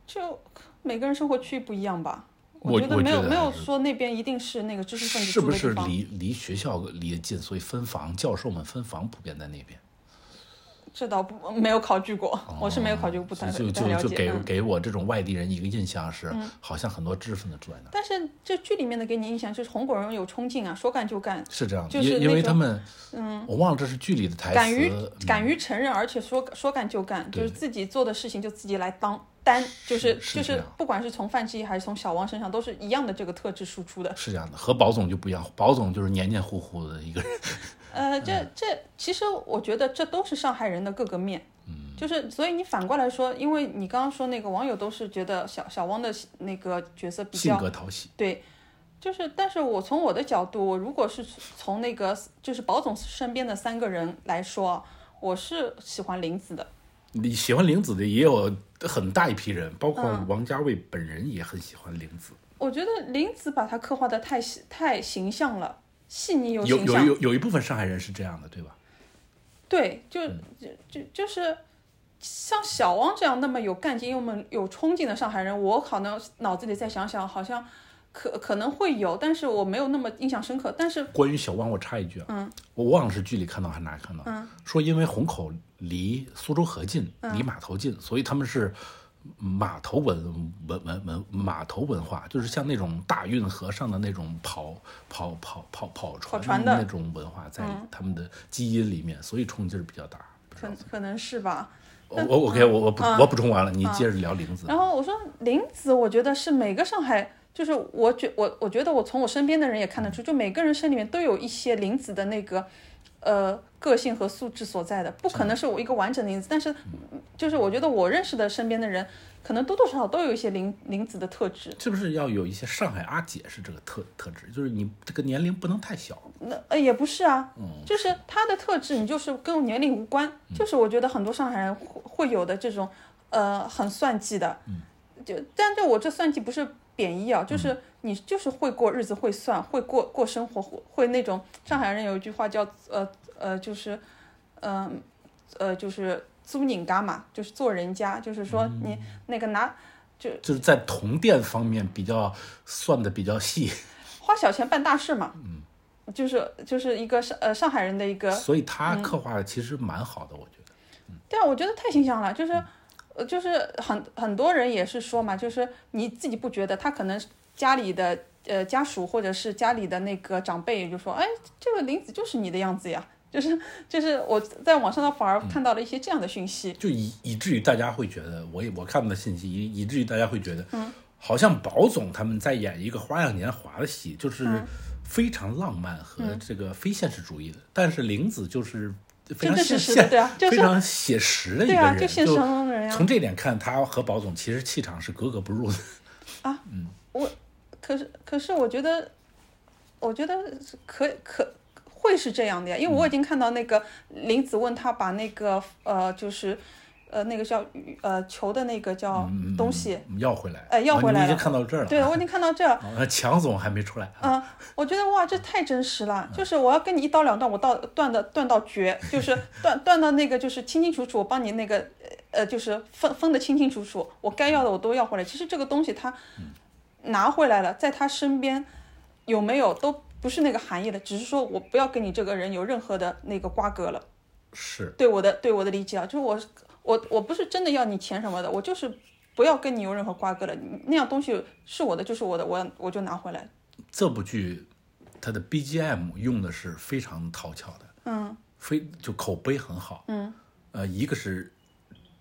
就每个人生活区域不一样吧。
我
觉得
我
没有
觉得
没有
还
说那边一定是那个知识分子
是
住
不
的地
是
方，
离离学校离得近，所以分房教授们分房普遍在那边？
这倒不没有考据过，我是没有考据过，不太
哦就
不太
就
了
就
解。
给
嗯
给我这种外地人一个印象是，好像很多知识分子住在那儿，
但是这剧里面的给你印象就是红果人有冲劲啊，说干就干，
是这样的，
就
因
是
因
那
为
种
他们，嗯，我忘了这是剧里的台
敢于
词，嗯
敢于承认，而且说说干就干，就是自己做的事情就自己来当担，就是就
是
是
这
是
样
不管是从范志毅还是从小王身上，都是一样的这个特质输出的。
是这样的，和宝总就不一样，宝总就是黏黏糊糊的一个人，
呃，
嗯
这这其实我觉得这都是上海人的各个面，
嗯
就是所以你反过来说，因为你刚刚说那个网友都是觉得小小汪的那个角色比
性
较
格讨喜，
对，就是但是我从我的角度，我如果是从那个就是保总身边的三个人来说，我是喜欢林子的，
你喜欢玲子的也有很大一批人，包括
嗯
王家卫本人也很喜欢玲子。
我觉得林子把她刻画的太细太形象了，细腻又
有
形
有
象，
有有一部分上海人是这样的，对吧？
对，就
嗯
就就就是像小汪这样那么有干劲、又猛、有冲劲的上海人，我可能脑子里再想想，好像可可能会有，但是我没有那么印象深刻。但是
关于小汪，我插一句啊，
嗯
我忘了是剧里看到还是哪里看到，说因为虹口离苏州河近，
嗯
离码头近，所以他们是码头文文文文码头文化，就是像那种大运河上的那种跑跑跑跑跑
跑
船
船的
那种文化在他们的基因里面，所以冲劲儿比较大。不知
可
道
可能是嗯吧。
我我 OK，我我补我补充完了，你接着聊玲子。
然后我说林子，我觉得是每个上海，就是我觉我我觉得我从我身边的人也看得出，就每个人身里面都有一些林子的那个。呃，个性和素质所在的，嗯不可能是我一个完整的林子，但是，就是我觉得我认识的身边的人，可能多多少少都有一些林林子的特质。
是不是要有一些上海阿姐是这个特特质？就是你这个年龄不能太小，
那呃也不是啊，就是他的特质，你就是跟年龄无关，就是我觉得很多上海人会会有的这种，呃，很算计的，就但对我这算计不是贬义啊，就是你就是会过日子，会算，会过过生活，会会那种上海人有一句话叫呃呃就是，嗯呃就是租人家嘛，就是做人家，就是说你那个拿
就是在同店方面比较算的比较细。
花小钱办大事嘛，就是就是一个上呃上海人的一个
所以他
嗯
刻画的其实蛮好的，我觉得。
对啊，我觉得太形象了，就是，
嗯
呃，就是很很多人也是说嘛，就是你自己不觉得，他可能家里的呃家属或者是家里的那个长辈就说，哎，这个林子就是你的样子呀，就是就是我在网上反而看到了一些这样的讯息，
就以以至于大家会觉得，我也我看到的信息，以以至于大家会觉得，
嗯
好像宝总他们在演一个花样年华的戏，
嗯
就是非常浪漫和这个非现实主义的，但是玲子就是非常
真真实
现
实的
现
对啊就是
非常写实的一个
对啊
人，
就现实中的人啊
从这点看，他和宝总其实气场是格格不入的。嗯
可是可是我觉得，我觉得是可可会是这样的呀，因为
嗯
我已经看到那个林子问他把那个呃就是。呃，那个叫呃球的那个叫东西，
嗯要回来，
哎要
啊
回来
你们已经
了
看到这儿了。
对我已经看到这儿，
啊，那强总还没出来啊，
嗯，我觉得哇，这太真实了，就是我要跟你一刀两断，我到断的断到绝，就是断断到那个就是清清楚楚，我帮你那个呃就是分分的清清楚楚，我该要的我都要回来。其实这个东西他拿回来了，在他身边有没有都不是那个含义了，只是说我不要跟你这个人有任何的那个瓜葛了。
是
对我的对我的理解啊，就是我我我不是真的要你钱什么的，我就是不要跟你有任何瓜葛了，你那样东西是我的就是我的，我要我就拿回来。
这部剧它的 BGM 用的是非常讨巧的，
嗯
非就口碑很好。
嗯
呃，一个是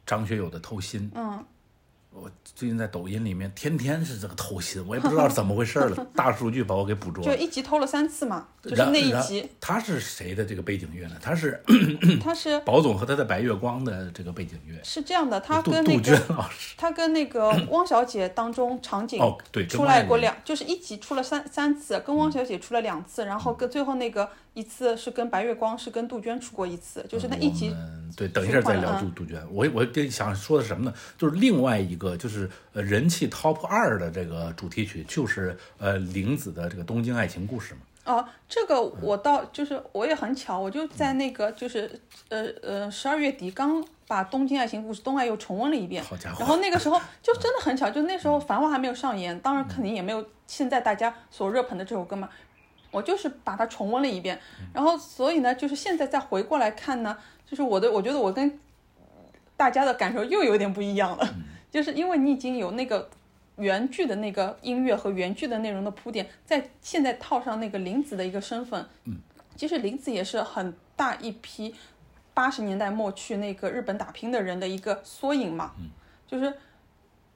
张学友的《偷心》，
嗯
我最近在抖音里面天天是这个偷心，我也不知道是怎么回 事了，大数据把我给捕捉
就
了。
一集偷了三次嘛，就是
然
那一
然
集，
他是谁的这个背景乐呢？他是
他是
宝总和他的白月光的这个背景乐，
是这样的，他
杜
跟那
杜
个
鹃老师。
他跟那 个汪小姐当中场景
哦对跟
出
汪
来
小
过
姐
两，就是一集出了三三次，跟汪小姐出了两次，然后跟最后那个一次是跟白月光，是跟杜鹃出过一次，就是那一集
嗯我们对，等一下再
啊
聊杜杜鹃。我我跟想说的是什么呢？就是另外一个，就是呃人气 top 二的这个主题曲，就是呃玲子的这个《东京爱情故事》嘛。
哦，这个我倒就是我也很巧，我就在那个就是呃呃十二月底刚把《东京爱情故事》东爱又重温了一遍
好家，伙
然后那个时 候就真的很巧，就那时候《繁花》还没有上演，当然肯定也没
嗯
有现在大家所热捧的这首歌嘛，我就是把它重温了一遍，
嗯
然后所以呢，就是现在再回过来看呢，就是我的我觉得我跟大家的感受又有点不一样了，
嗯
就是因为你已经有那个原剧的那个音乐和原剧的内容的铺垫，在现在套上那个林子的一个身份，嗯，其实林子也是很大一批八十年代末去那个日本打拼的人的一个缩影嘛，嗯，就是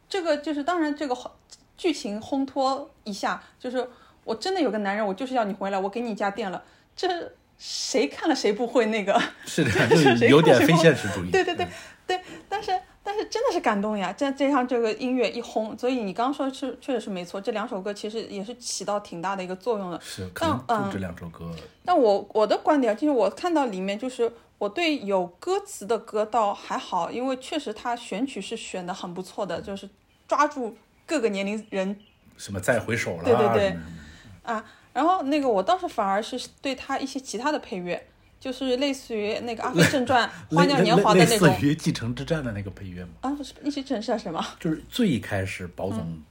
这个就是当然这个话剧情烘托一下，就是我真的有个男人，我就是要你回来，我给你家店了，这谁看了谁不会那个。
是 的，
是谁
就是有点
看谁
非
会
现实主义。嗯
对对对对，但是但是真的是感动呀！再加上这个音乐一轰，所以你刚刚说是确实是没错，这两首歌其实也是起到挺大的一个作用的。
是可
但嗯
能就这两首歌。
但我我的观点就是，我看到里面就是我对有歌词的歌倒还好，因为确实他选曲是选的很不错的，就是抓住各个年龄人
什么再回首了啊，
对对对
什么什么
啊。然后那个我倒是反而是对他一些其他的配乐，就是类似于那个《阿飞正传》《花
类
样年华》的
类
那
类
种
似于《继承之战》的那个配乐嘛，
啊，不是一起整是什么？
就是最开始宝
嗯
总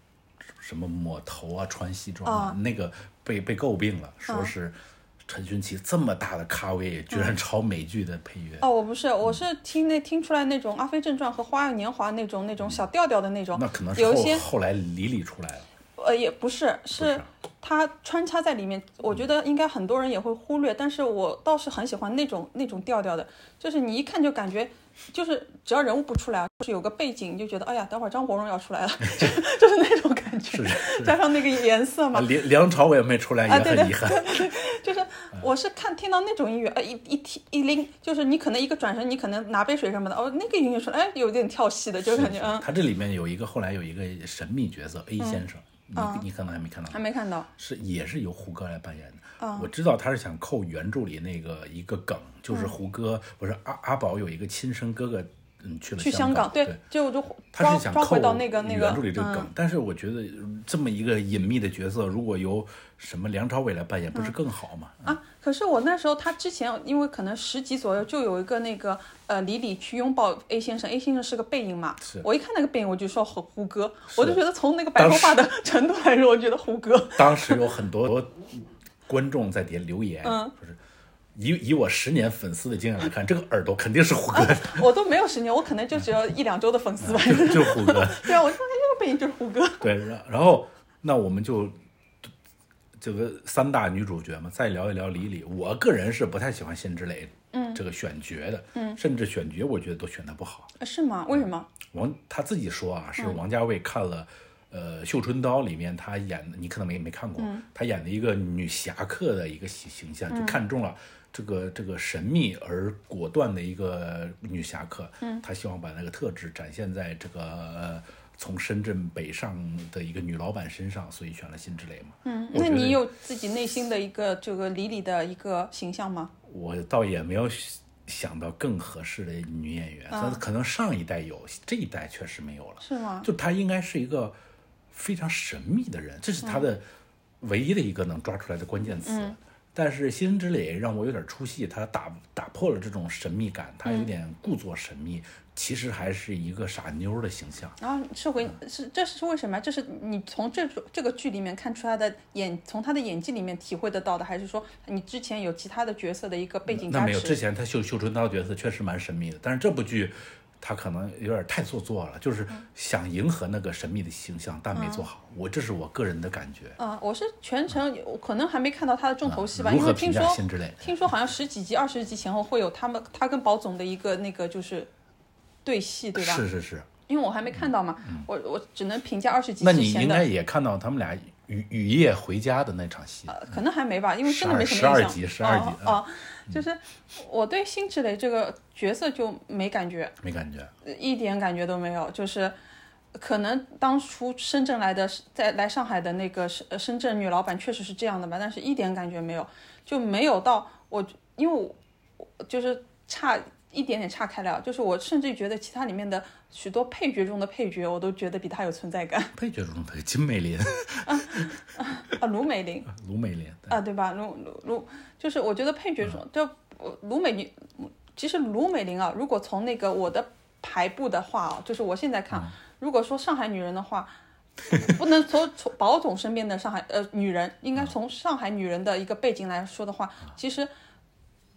什么抹头啊、穿西装
哦
啊，那个被被诟病了，说是陈勋奇这么大的咖位，居然抄美剧的配乐，
嗯哦，我不是，我是听那听出来那种《阿飞正传》和《花样年华》那种那种小调调的那种，
那可能是
有一
后
些
后来理理出来了。
呃也不是，是
啊
它穿插在里面，我觉得应该很多人也会忽略，但是我倒是很喜欢那种那种调调的，就是你一看就感觉，就是只要人物不出来，啊就是有个背景，你就觉得哎呀，等会儿张国荣要出来了， 就就是那种感觉，加上那个颜色嘛
啊，，梁梁朝伟没出来
哦啊
也
对
很 遗憾，
就是
嗯
我是看听到那种音乐，呃，一一听一拎，就是你可能一个转身，你可能拿杯水什么的，哦，那个音乐出来，哎，有点跳戏的，就是感觉
是
嗯，
他这里面有一个后来有一个神秘角色 A 先生，你你可能还没看到
哦还。没哦看到，
是也是由胡歌来扮演的。我知道他是想扣原著里那个一个梗，
嗯
就是胡歌不是阿阿宝有一个亲生哥哥，嗯，去了
去香
港，
对，就就
他
抓
是想
抓
扣
回到那个那个嗯
原著里这个梗，但是我觉得嗯这么一个隐秘的角色，如果由什么梁朝伟来扮演，不是更好吗？
啊，可是我那时候他之前因为可能十集左右就有一个那个呃李李去拥抱 A 先生，A 先生是个背影嘛
是，
我一看那个背影我就说胡胡歌，我
是
就觉得从那个白头发的程度来说，我觉得胡歌，
当时有很多观众在底下留言，
嗯
说是以以我十年粉丝的经验来看，这个耳朵肯定是胡歌，
我都没有十年，我可能就只有一两周的粉丝吧，
就就是胡歌。
对啊，我就说哎这个背影就是胡歌，
对，然然后那我们就这个三大女主角嘛，再聊一聊李李。我个人是不太喜欢辛芷蕾，嗯，这个选角的，嗯，甚至选角我觉得都选的不好。
是吗？为什么？
王他自己说啊，是王家卫看了。呃，《绣春刀》里面他演的，你可能没没看过，他演的一个女侠客的一个形形象，就看中了这个这个神秘而果断的一个女侠客。嗯，他希望把那个特质展现在这个、呃从深圳北上的一个女老板身上，所以选了辛芷蕾嘛。
嗯，
我
那
觉得
你有自己内心的一个这个李李的一个形象吗？
我倒也没有想到更合适的女演员，但可能上一代有，这一代确实没有了。
是吗？
就他应该是一个非常神秘的人，这是
嗯
他的唯一的一个能抓出来的关键词。但是辛芷蕾让我有点出戏，她打打破了这种神秘感，她
嗯
有点故作神秘，其实还是一个傻妞儿的形象。
然后是回是这是为什么呀？这是你从这种这个剧里面看出他的演，从他的演技里面体会得到的，还是说你之前有其他的角色的一个背景
那
加
没有，之
持？
前她绣绣春刀角色确实蛮神秘的，但是这部剧他可能有点太做作了，就是
嗯
想迎合那个神秘的形象，但没做好。我这是我个人的感觉。啊
啊，我是全程我可能还没看到他的重头戏吧，
如
因为
何
听
评
说
价新之类？
听说好像十几集、二十集前后会有他们他跟宝总的一个那个就是对戏，对吧？
是是是，
因为我还没看到嘛，我我只能评价二十集
那你
之
应
前
该
的，
也看到他们俩雨雨夜回家的那场戏。
呃可能还没吧，因为真的没什
十
么
二
印象。
十二集
哦
十二集啊
哦哦，就是我对辛芷蕾这个角色就没感觉，
没感觉，
一点感觉都没有，就是。可能当初深圳来的，在来上海的那个深呃深圳女老板确实是这样的吧，但是一点感觉没有，就没有到我，因为我我就是差一点点岔开了，就是我甚至觉得其他里面的许多配角中的配角，我都觉得比她有存在感
配角中的金美玲、
啊，卢美玲
卢美玲，
啊，对吧？卢卢卢，就是我觉得配角中，
嗯
就我卢美玲，其实卢美玲啊，如果从那个我的排布的话啊，就是我现在
嗯
看，如果说上海女人的话，不能从 从宝总身边的上海呃女人，应
嗯
该从上海女人的一个背景来说的话，其实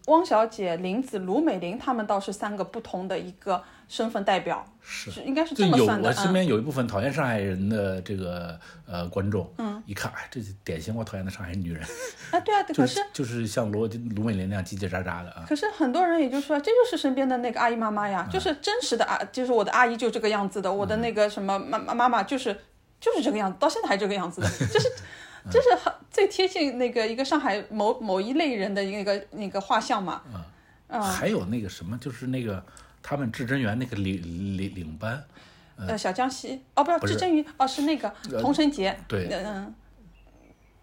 汪小姐、林子、卢美玲她们倒是三个不同的一个身份代表，
是
应该是
就
这么
有
算的
我身
啊。
边有一部分讨厌上海人的这个呃观众，嗯，一看哎，这是典型我讨厌的上海女人，
啊，对啊，
就
可是
是就是像罗卢美玲那样叽叽喳喳的啊，
可是很多人也就说，这就是身边的那个阿姨妈妈
嗯
呀，就是真实的啊，就是我的阿姨就这个样子的，我的那个什
嗯
么妈妈妈妈就是就是这个样子，到现在还这个样子 的，
嗯
就是。就是很最贴近那个一个上海某某一类人的那个那个画像嘛，嗯
还有那个什么，就是那个他们至真园那个领领领班，
呃，小江西哦，不
嗯不
是
是呃
至臻于哦，是那个童晨杰，
对
嗯嗯，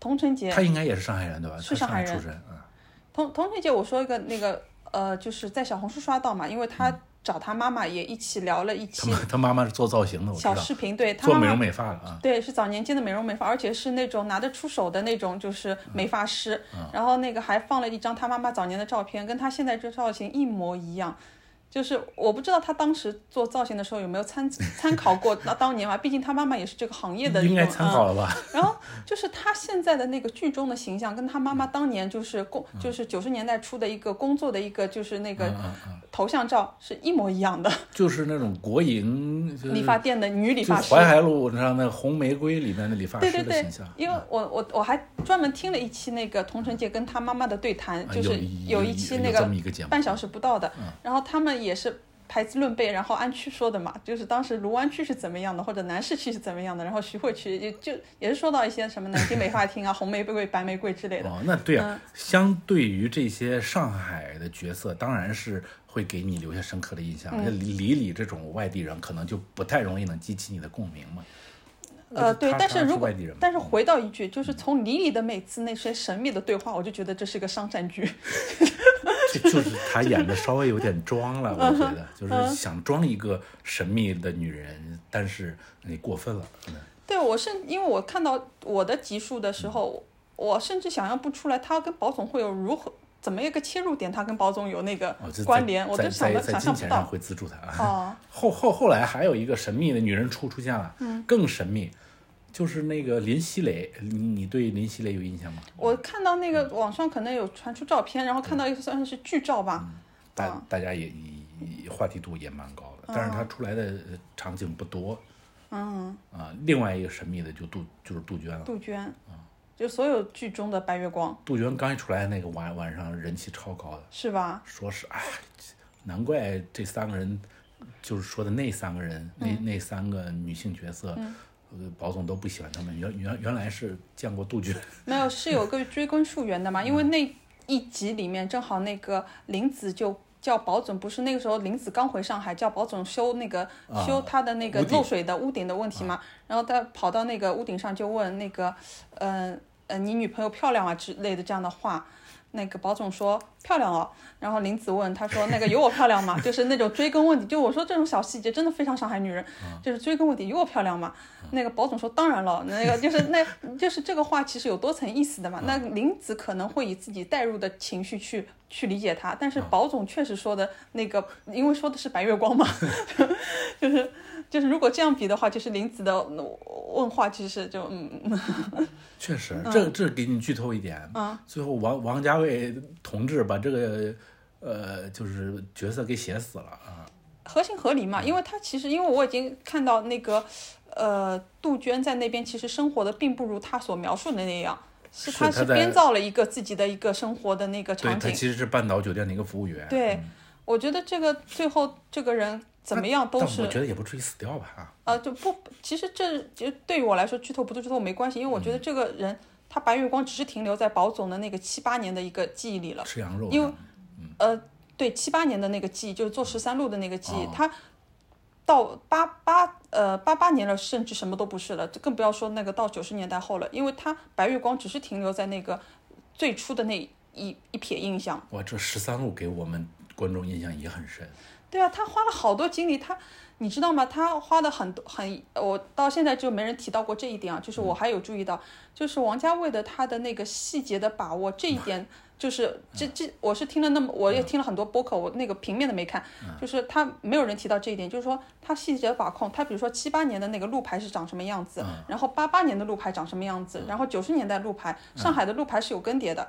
童晨杰
他，应该也是上海人对吧？
是
他
上
上
海
出
人
身啊，
童童晨杰，我说一个那个呃，就是在小红书刷到嘛，因为他找他妈妈也一起聊了一
嗯啊他
期
妈他妈妈是做造型的，我知
小
道，
视频，对他
做
妈
美
妈
容美发的啊，
对，是早年间的美容美发，而且是那种拿得出手的那种，就是
嗯
美发师。然后那个还放了一张他妈妈早年的照片，跟他现在这造型一模一样。就是我不知道他当时做造型的时候有没有 参参考过那当年嘛，毕竟他妈妈也是这个行业的一
应该
种
参
嗯
考了吧？
然后就是他现在的那个剧中的形象，跟他妈妈当年就是工，
嗯
就是九十年代初的一个工作的一个就是那个
嗯
头像照是一模一样的。
就是那种国营就是
理发店的女理
就
发师，
淮海路上那红玫瑰里面的理发
对对
师的
对
形象，，嗯
因为我我我还专门听了一期那个童晨杰跟他妈妈的对谈，
啊
就是
有
一期那
有这么一个节目嗯
半小时不到的，然后他们也是排资论辈，然后安区说的嘛，就是当时卢湾区是怎么样的，或者南市区是怎么样的，然后徐汇区也就也是说到一些什么南京美发厅啊、 红玫瑰、白玫瑰之类的，
哦，那对
嗯
啊，相对于这些上海的角色，当然是会给你留下深刻的印象。
嗯
那李李李这种外地人，可能就不太容易能激起你的共鸣 嘛。
呃，
就
对
是他，
但
他
是如果
外地人嘛，嗯
但是回到一句，就是从李李的每次那些神秘的对话，我就觉得这是一个商战剧。
就就是他演的稍微有点装了，
嗯
我觉得就是想装一个神秘的女人，但是你过分了。嗯
对我甚因为我看到我的集数的时候，我甚至想象不出来他跟宝总会有如何怎么一个切入点，他跟宝总有那个
哦，这在
关联，我
在
都想
在
都
在
想
金
象不
钱上
到。
会资助他啊。
哦，
后后后来还有一个神秘的女人出出现了，更神秘，就是那个林熙蕾，你你对林熙蕾有印象吗？
我看到那
嗯
个网上可能有传出照片，然后看到一个算是剧照吧，
大、大家也也话题度也蛮高的，但是她出来的呃场景不多。嗯啊，另外一个神秘的就杜就是杜鹃了。
杜鹃，
嗯
就所有剧中的白月光
杜鹃刚一出来那个晚晚上人气超高的，
是吧？
说是哎，难怪这三个人，就是说的那三个人，那那三个女性角色，呃，保总都不喜欢他们。原原原来是见过杜鹃，
没有，是有个追根溯源的嘛，
嗯
因为那一集里面正好那个林子就。叫保总不是那个时候林子刚回上海，叫保总修那个、
啊
修他的那个
屋顶啊
漏水的屋顶的问题嘛，然后他跑到那个屋顶上就问那个，呃呃，你女朋友漂亮啊之类的这样的话，那个保总说漂亮哦，然后林子问他说那个有我漂亮吗？ 就是那种追根问底，就我说这种小细节真的非常上海女人，
嗯
就是追根问底有我漂亮吗？那个保总说当然了，那 个就是那就是这个话其实有多层意思的嘛。
嗯
那林子可能会以自己带入的情绪去去理解他，但是保总确实说的那个，因为说的是白月光嘛，就是就是如果这样比的话，就是林子的问话其实就嗯嗯
确实，这这给你剧透一点。最后王王家卫同志把这个呃，就是角色给写死了啊。
合情合理嘛，因为他其实因为我已经看到那个，呃，杜鹃在那边其实生活的并不如他所描述的那样，是
是
他
她
是
在嗯
编造了一个自己的一个生活的那个
对
场
他
景。
其实是半岛酒店的一个服务员，
对，我觉得这个最后这个人怎么样都
但
是
我觉得也不至于死掉吧啊，
呃，就不，其实这其实对于我来说，剧透不剧透没关系，因为我
嗯
觉得这个人、他白月光只是停留在宝总的那个七八年的一个记忆里了，
吃羊肉，
因为呃，对七八年的那个记忆，就是做十三路的那个记忆，他到八八呃八八年了，甚至什么都不是了，更不要说那个到九十年代后了，因为他白月光只是停留在那个最初的那一一撇印象。
哇，这十三路给我们观众印象也很深，
对啊，他花了好多精力，他你知道吗？他花的很多很，我到现在就没人提到过这一点啊。就是我还有注意到，就是王家卫的他的那个细节的把握，这一点就是这这，我是听了那么，我也听了很多播客，我那个平面的没看，就是他没有人提到这一点，就是说他细节把控，他比如说七八年的那个路牌是长什么样子，然后八八年的路牌长什么样子，然后九十年代路牌，上海的路牌是有更迭的，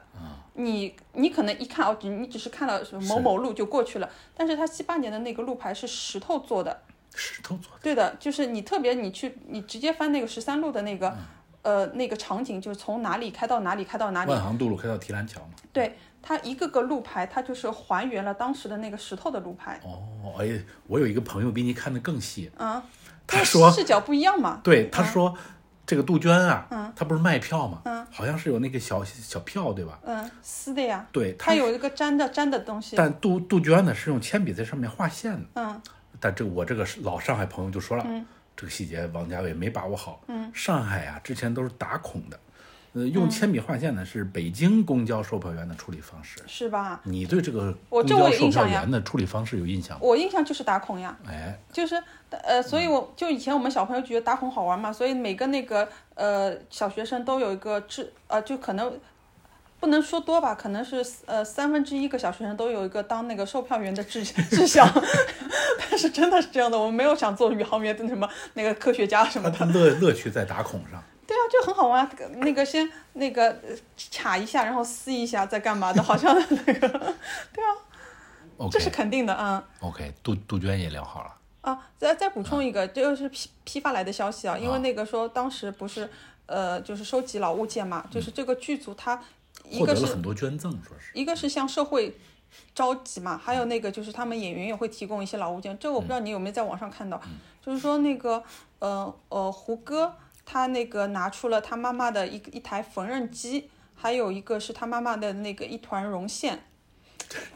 你你可能一看哦，你你只是看了什么某某路就过去了，但是它七八年的那个路牌是石头做的，
石头做的，
对的，就是你特别你去你直接翻那个十三路的那
嗯
个、呃那个场景，就是从哪里开到哪里开到哪里，
万航渡路开到提篮桥嘛，
对，它一个个路牌它就是还原了当时的那个石头的路牌，
哦，哎，我有一个朋友比你看得更细，
嗯，
他
因为
说
视角不一样嘛，
对，他说、这个杜鹃啊，
嗯
他不是卖票嘛，好像是有那个小小票对吧？
嗯，撕的呀，
对，
它
他
有一个粘的粘的东西，
但杜杜鹃呢是用铅笔在上面划线的，
嗯，
但这个我这个是老上海朋友就说了，这个细节王家卫没把握好，嗯，上海啊之前都是打孔的，呃，用铅笔划线呢是北京公交售票员的处理方式。
是吧？
你对这个
我
公
这我
交
有
售
印
票
象呀
员的处理方式有印象吗？
我印象就是打孔呀，
哎，
就是呃，所以我就以前我们小朋友就觉得打孔好玩嘛，所以每个那个呃小学生都有一个至呃，就可能不能说多吧，可能是呃三分之一个小学生都有一个当那个售票员的志志向， 但是真的是这样的，我们没有想做宇航员的什么那个科学家什么
他
的。
他乐乐趣在打孔上。
对啊，就很好玩啊，那个先那个呃卡一下，然后撕一下，再干嘛的，好像那个， 对啊，这
OK
是肯定的啊。嗯
OK，杜杜鹃也聊好了。
啊，再再补充一个，这个是批批发来的消息啊，因为那个说当时不是呃，就是收集老物件嘛，就是这个剧组它一
嗯获得
个
了
是
很多捐赠，说是
一个是向社会召集嘛，还有那个就是他们演员也会提供一些老物件，这个我不知道
嗯
你有没有在网上看到，就是说那个呃呃胡歌他那个拿出了他妈妈的一个一台缝纫机，还有一个是他妈妈的那个一团绒线，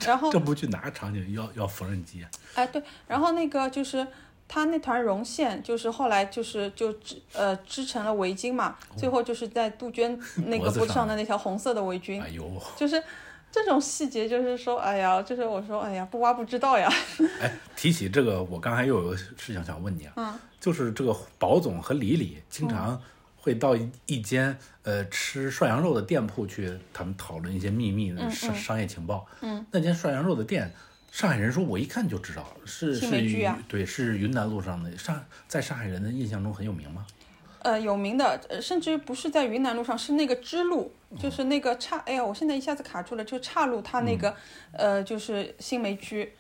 然后
这部剧哪个场景要要缝纫机啊？
哎，对，然后那个就是他那团绒线，就是后来就是就织呃织成了围巾嘛，最后就是在杜鹃那
哦脖
个
子
脖子
上
上的那条红色的围巾，
哎呦，
就是这种细节，就是说，哎呀，就是我说，哎呀，不挖不知道呀，
哎，提起这个，我刚才又有个事情想问你啊，
嗯
就是这个宝总和李李经常会到一一间呃吃涮羊肉的店铺去，他们讨论一些秘密的
嗯
商、商业情报。嗯，那间涮羊肉的店，上海人说我一看就知道是
青
是
梅居
云、
啊
对是云南路上的上，在上海人的印象中很有名吗？
呃，有名的，呃甚至于不是在云南路上，是那个支路，就是那个岔，哎呀，我现在一下子卡住了，就岔路，它那个，
嗯
呃，就是新梅区，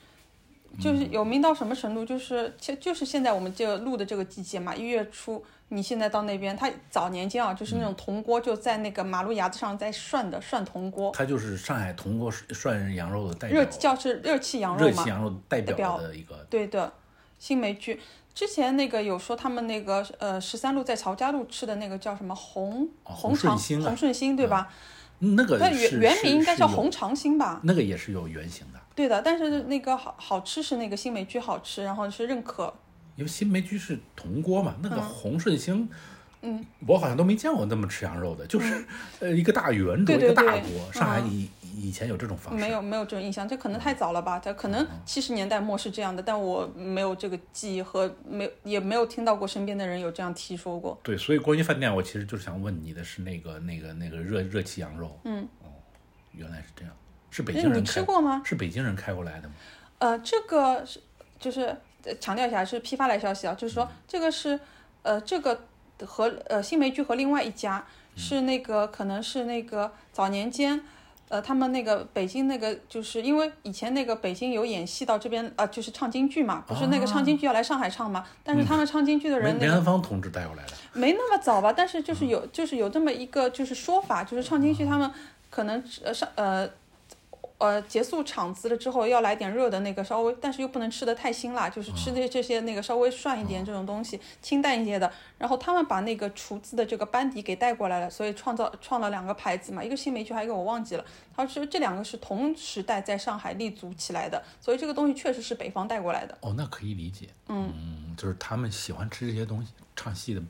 就是有名到什么程度？就是就就是现在我们这录的这个季节嘛，一月初，你现在到那边，它早年间啊，就是
嗯
那种铜锅就在那个马路牙子上在涮的涮铜锅，
它就是上海铜锅涮羊肉的代表
热，叫是热气羊
热
肉嘛
气，羊肉代
代表
的一个
对的，新梅居。之前那个有说他们那个呃十三路在曹家路吃的那个叫什么红
哦
红
顺
肠
兴啊
红顺兴对吧？
那个
那
是
原原
是
名应该
是
叫
有
红长兴吧？
那个也是有原型的，
对的，但是那个好好吃是那个新梅居好吃，然后是认可。
因为新梅居是铜锅嘛，那个红顺兴，嗯，我好像都没见过那么吃羊肉的，就是呃一个大圆
嗯
桌，
对
一个
对
大
对
锅，上海以以前有这种方式，
没有没有这种印象，这可能太早了吧？它可
哦
能七十年代末是这样的，但我没有这个记忆和没也没有听到过身边的人有这样提说过。
对，所以关于饭店，我其实就是想问你的是那个那个那个热热气羊肉，嗯，哦，原来是这样，是北
那
京
哎你
人
吃
开，
过吗？
是北京人开过来的吗？
呃，这个是就是呃强调一下，是批发来消息啊，就是说这个是呃这个和呃新梅居和另外一家是那个可能是那个早年间呃，他们那个北京那个，就是因为以前那个北京有演戏到这边啊、呃，就是唱京剧嘛，不是那个唱京剧要来上海唱嘛，但是他们唱京剧的
梅
人那
梅
个
兰芳同志带过来的，
没那么早吧，但是就是有就是有这么一个就是说法，就是唱京剧他们可能呃上呃呃结束场子了之后要来点热的那个稍微，但是又不能吃的太辛辣，就是吃的这些那个稍微涮一点这种东西，清淡一些的。然后他们把那个厨子的这个班底给带过来了，所以创造创了两个牌子嘛，一个新梅剧，还有一个我忘记了。他说这两个是同时代在上海立足起来的，所以这个东西确实是北方带过来的。
哦，那可以理解，嗯，就是他们喜欢吃这些东西，唱戏的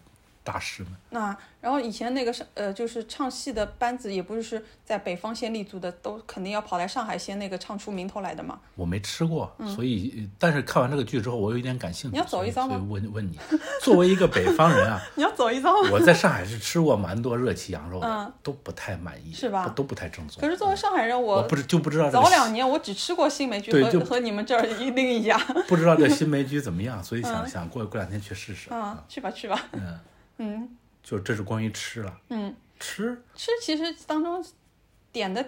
大师们，
那然后以前那个上呃，就是唱戏的班子，也不是是在北方先立足的，都肯定要跑来上海先那个唱出名头来的嘛。
我没吃过，所以但是看完这个剧之后，我有一点感兴
嗯
趣，
你要走一遭吗
所以所以问问你，作为一个北方人啊，
你要走一遭吗？
我在上海是吃过蛮多热气羊肉的，都不太满意，
嗯是吧
不都不太正宗。
可是作为上海人，
我
我
不知就不知道这个
早两年我只吃过新梅剧
对就
和和你们这儿一另一家。
不知道这新梅居怎么样，所以
嗯
想想过过两天去试试。
啊，去吧去吧。
嗯，
嗯
就这是关于吃了，
嗯，
吃
吃其实当中点的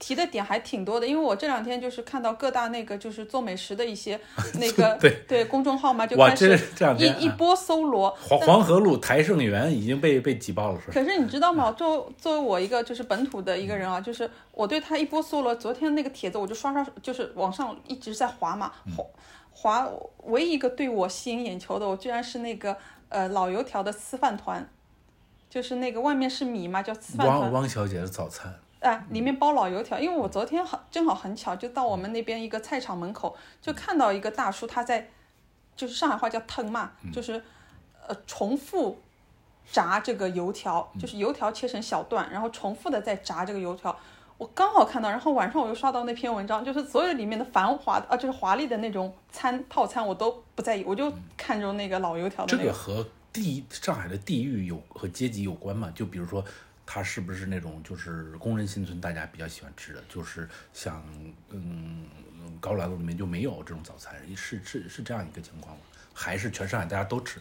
提的点还挺多的，因为我这两天就是看到各大那个就是做美食的一 些那个
对
公众号嘛，就
哇
开始
这这两天
一一
啊
波搜罗，
黄黄河路台盛园已经被被挤爆了，是吧？
可是你知道吗？作为作为我一个就是本土的一个人啊，就是我对他一波搜罗，昨天那个帖子我就刷刷，就是往上一直在滑嘛，滑滑，唯一一个对我吸引眼球的，我居然是那个呃老油条的吃饭团，就是那个外面是米嘛，叫吃饭
汪
团。
汪小姐的早餐，
哎，里面包老油条，因为我昨天很正好很巧，就到我们那边一个菜场门口，就看到一个大叔他在，就是上海话叫腾嘛，
嗯
就是呃重复炸这个油条，
嗯
就是油条切成小段，然后重复的再炸这个油条。我刚好看到，然后晚上我又刷到那篇文章，就是所有里面的繁华的啊，就是华丽的那种餐套餐我都不在意，我就看中那个老油条的
嗯这
那
个和地上海的地域有和阶级有关嘛？就比如说。它是不是那种就是工人新村大家比较喜欢吃的，就是像嗯高兰路里面就没有这种早餐，是是是这样一个情况吗？还是全上海大家都吃？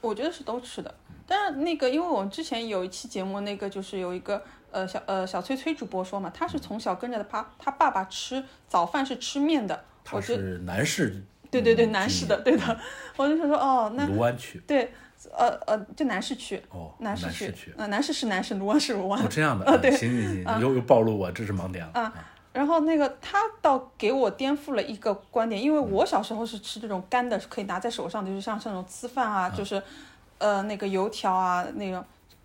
我觉得是都吃的，但是那个，因为我们之前有一期节目，那个就是有一个呃小呃小崔崔主播说嘛，他是从小跟着他他爸爸吃早饭是吃面的，
它
我觉得
是南市，
对对对，
嗯
男士
居
的，对的，我就说说哦，那
卢湾区
对，呃呃，就男士区，
哦，
男士
南市
区
区，
呃，男士是男士，卢湾是 卢湾
哦，，这样的，
啊
嗯
对
行行行，又又暴露我知识盲点了
啊。然后那个他倒给我颠覆了一个观点，因为我小时候是吃这种干的，可以拿在手上，就是像这种吃饭啊，就是呃那个油条啊那种，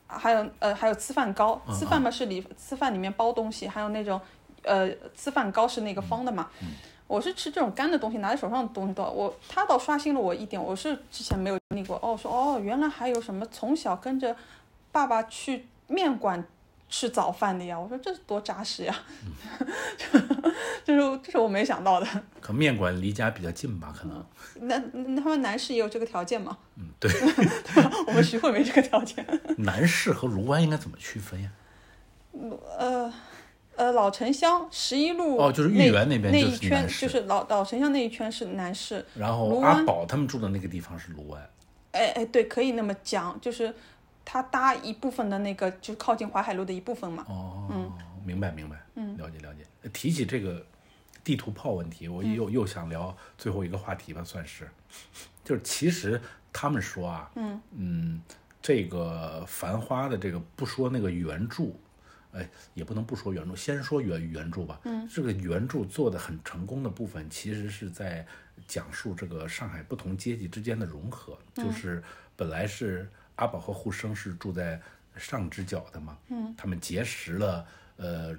还有呃还有吃饭糕，吃饭嘛是里吃饭里面包东西，还有那种呃吃饭糕是那个方的嘛。我是吃这种干的东西，拿在手上的东西多。我他倒刷新了我一点，我是之前没有经历过。哦，说哦，原来还有什么从小跟着爸爸去面馆吃早饭的呀？我说这是多扎实呀！这是这是我没想到的。
可面馆离家比较近吧，可能，
那那他们男士也有这个条件吗？
嗯，对，
我们徐汇没这个条件。
南市和卢湾应该怎么区分呀？
呃呃，老城乡十一路
哦就是豫
那
园那边
那
就
一
是
圈，
男士
就是老老城乡那一圈是男士。
然后
卢
阿
湾
宝他们住的那个地方是卢湾，
哎哎，对，可以那么讲，就是他搭一部分的那个，就靠近淮海路的一部分嘛。
哦，明白明白，嗯，了解了解。呃提起这个地图炮问题，我又、又想聊最后一个话题吧，算是， 就是其实他们说啊，嗯这个《繁花》的这个不说那个原著。哎，也不能不说原著，先说原原著吧。嗯，这个原著做的很成功的部分，其实是在讲述这个上海不同阶级之间的融合。就是本来是阿宝和沪生是住在上直角的嘛，嗯，他们结识了呃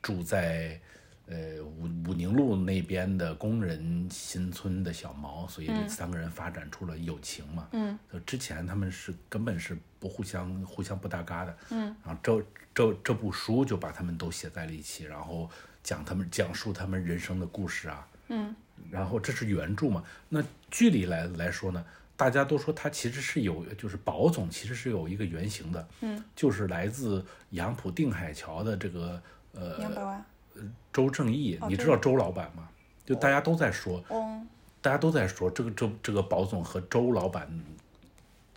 住在呃武武宁路那边的工人新村的小毛，所以这三个人发展出了友情嘛。嗯，之前他们是根本是不互相互相不搭嘎的。嗯，然后这这这部书就把他们都写在了一起，然后讲他们讲述他们人生的故事啊。嗯，然后这是原著嘛？那剧里来来说呢？大家都说他其实是有，就是宝总其实是有一个原型的，嗯，就是来自杨浦定海桥的这个呃
两百万，
周正义，你知道周老板吗？就大家都在说，
嗯，
大家都在说这个周这个宝总和周老板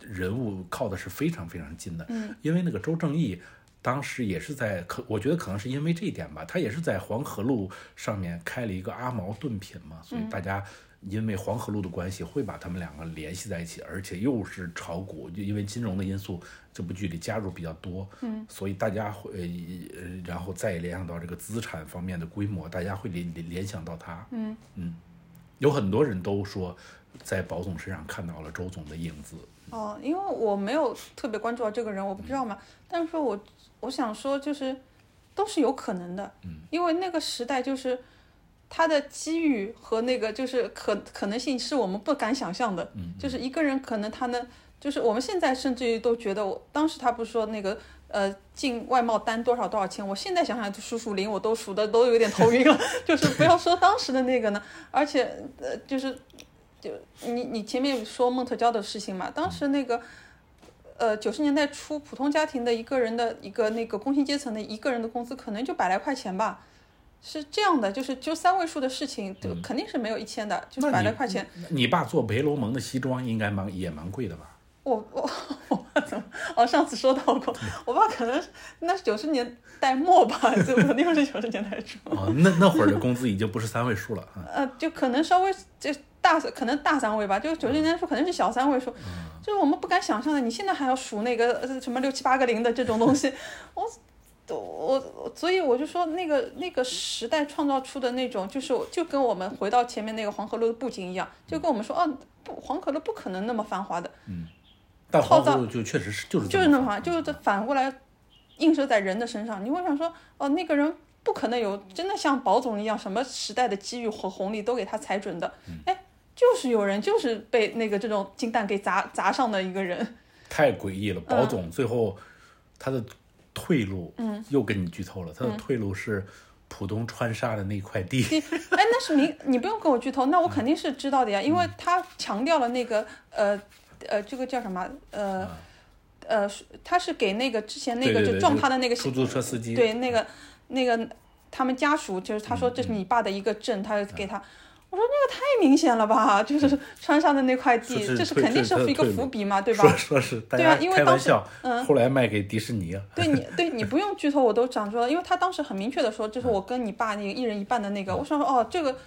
人物靠的是非常非常近的，因为那个周正义。当时也是在可，我觉得可能是因为这一点吧，他也是在黄河路上面开了一个阿毛炖品嘛，所以大家因为黄河路的关系会把他们两个联系在一起，而且又是炒股，就因为金融的因素，这部剧里加入比较多，嗯，所以大家会，呃然后再联想到这个资产方面的规模，大家会联联联想到他，
嗯
有很多人都说在保总身上看到了周总的影子，
哦，因为我没有特别关注到这个人，我不知道嘛。但是我我想说，就是都是有可能的，因为那个时代就是他的机遇和那个就是可可能性是我们不敢想象的，就是一个人可能他能，就是我们现在甚至于都觉得我，当时他不是说那个。呃，进外贸单多少多少钱？我现在想想，数数零，我都数的都有点头晕了。 就是不要说当时的那个呢，而且呃，就是你你前面说孟特娇的事情嘛，当时那个，呃，九十年代初普通家庭的一个人的一个那个工薪阶层的一个人的工资可能就百来块钱吧，是这样的，就是就三位数的事情，就肯定是没有一千的，就是百来块钱。
你爸做培罗蒙的西装应该蛮也蛮贵的吧？
我我 我爸怎么？哦，上次说到过，我爸可能是那是九十年代末吧，就肯定是九十年代初。
啊、那那会儿的工资已经不是三位数了啊。
呃，就可能稍微就大，可能大三位吧，就是九十年代初可能是小三位数，就是我们不敢想象的。你现在还要数那个呃什么六七八个零的这种东西， 我我我，所以我就说那个那个时代创造出的那种，就是我就跟我们回到前面那个黄河路的布景一样，就跟我们说，哦，不，黄河路不可能那么繁华的，
但黄河路就确实是就是这
就是
么
那么繁华，就是反过来映射在人的身上，你会想说，哦，那个人不可能有真的像保总一样，什么时代的机遇和红利都给他踩准的，
嗯
哎，就是有人就是被那个这种金蛋给砸砸上的一个人，
太诡异
嗯
了。保总最后他的退路，嗯，又跟你剧透了，他的退路是浦东川沙的那块地，
你哎，那是你你不用跟我剧透，那我肯定是知道的呀，因
嗯
为他强调了那个呃呃这个叫什么呃。呃，他是给那个之前那
嗯对
个
对
就
对
撞
就
他的那个
出租车司机，
对，那个那个他们家属就是他说这
嗯
是你爸的一个证，他给他。我说那个太明显了吧，就是川上的那块地，
嗯是是
这是
退
肯定是
退
一个
退路
伏笔嘛，对吧？
说说是大
对啊
家
因为
开
当
玩
时嗯
笑，后来卖给迪士尼了。
对你，对你不用剧透，我都讲出来了，因为他当时很明确的说，
嗯
这是我跟你爸那个一人一半的那个。我想说，哦，这个，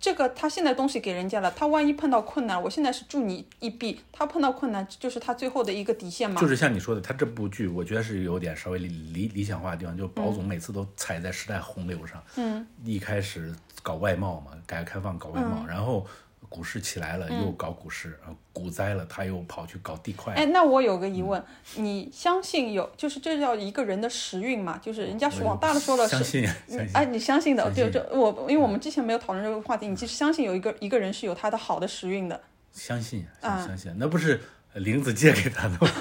这个他现在东西给人家了，他万一碰到困难，我现在是助你一臂，他碰到困难就是他最后的一个底线嘛。
就是像你说的，他这部剧我觉得是有点稍微理理理想化的地方，就是保
嗯
总每次都踩在时代洪流上。嗯，一开始搞外贸嘛，改革开放搞外
嗯
贸，然后股市起来了又搞股市，啊，股灾了他又跑去搞地块。
哎，那我有个疑问，
嗯
你相信有，就是这叫一个人的时运嘛？就是人家
我
是往大了说了
呃相
是
信相信。
哎，你相信的，
相
对，
信嗯
这我因为我们之前没有讨论这个话题，你其实相信有一个一个人是有他的好的时运的，
相信
嗯
相相信，那不是玲子借给他的吗？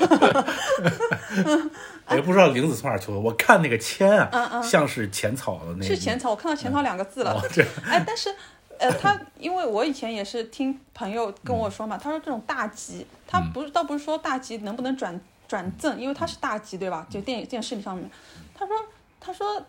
我也不知道玲子从哪儿求的。我看那个签啊，像是浅草的那
嗯是前草，我看到前草两个字了
哦，这
哎，但是。呃，他因为我以前也是听朋友跟
嗯
我说嘛，他说这种大吉，他不是倒不是说大吉能不能转转赠，因为他是大吉对吧？就电影电视里上面，他说他说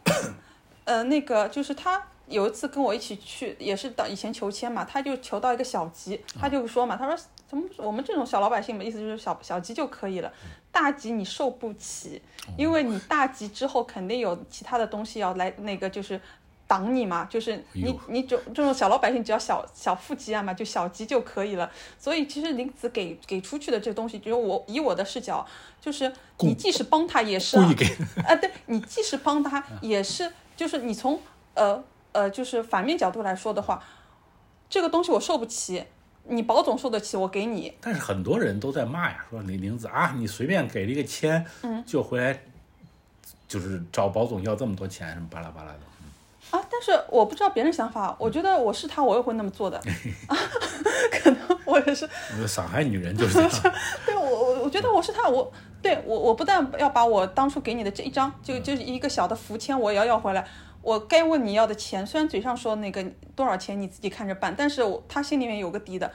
呃，那个就是他有一次跟我一起去，也是到以前求签嘛，他就求到一个小吉，
啊
他就说嘛，他说怎么我们这种小老百姓嘛，意思就是小小吉就可以了，
嗯
大吉你受不起，
哦
因为你大吉之后肯定有其他的东西要来那个就是。挡你嘛，就是你
哎呦
你这这种小老百姓只要小小富即安嘛，就小吉就可以了。所以其实林子给给出去的这个东西，就是我以我的视角，就是你既是帮他，也是、
故
啊
意、给
啊，对你既是帮他，也是就是你从呃呃就是反面角度来说的话，这个东西我受不起，你保总受得起，我给你。
但是很多人都在骂呀，说李玲子啊，你随便给了一个签，就回来就是找保总要这么多钱，什么巴拉巴拉的。
啊，但是我不知道别人想法，我觉得我是他，我也会那么做的。 啊、可能我也是，
我说上海女人就是这样，
对我我我觉得我是他，我对我我不但要把我当初给你的这一张，就就是一个小的福签，我也要要回来。我该问你要的钱，虽然嘴上说那个多少钱你自己看着办，但是我他心里面有个底的，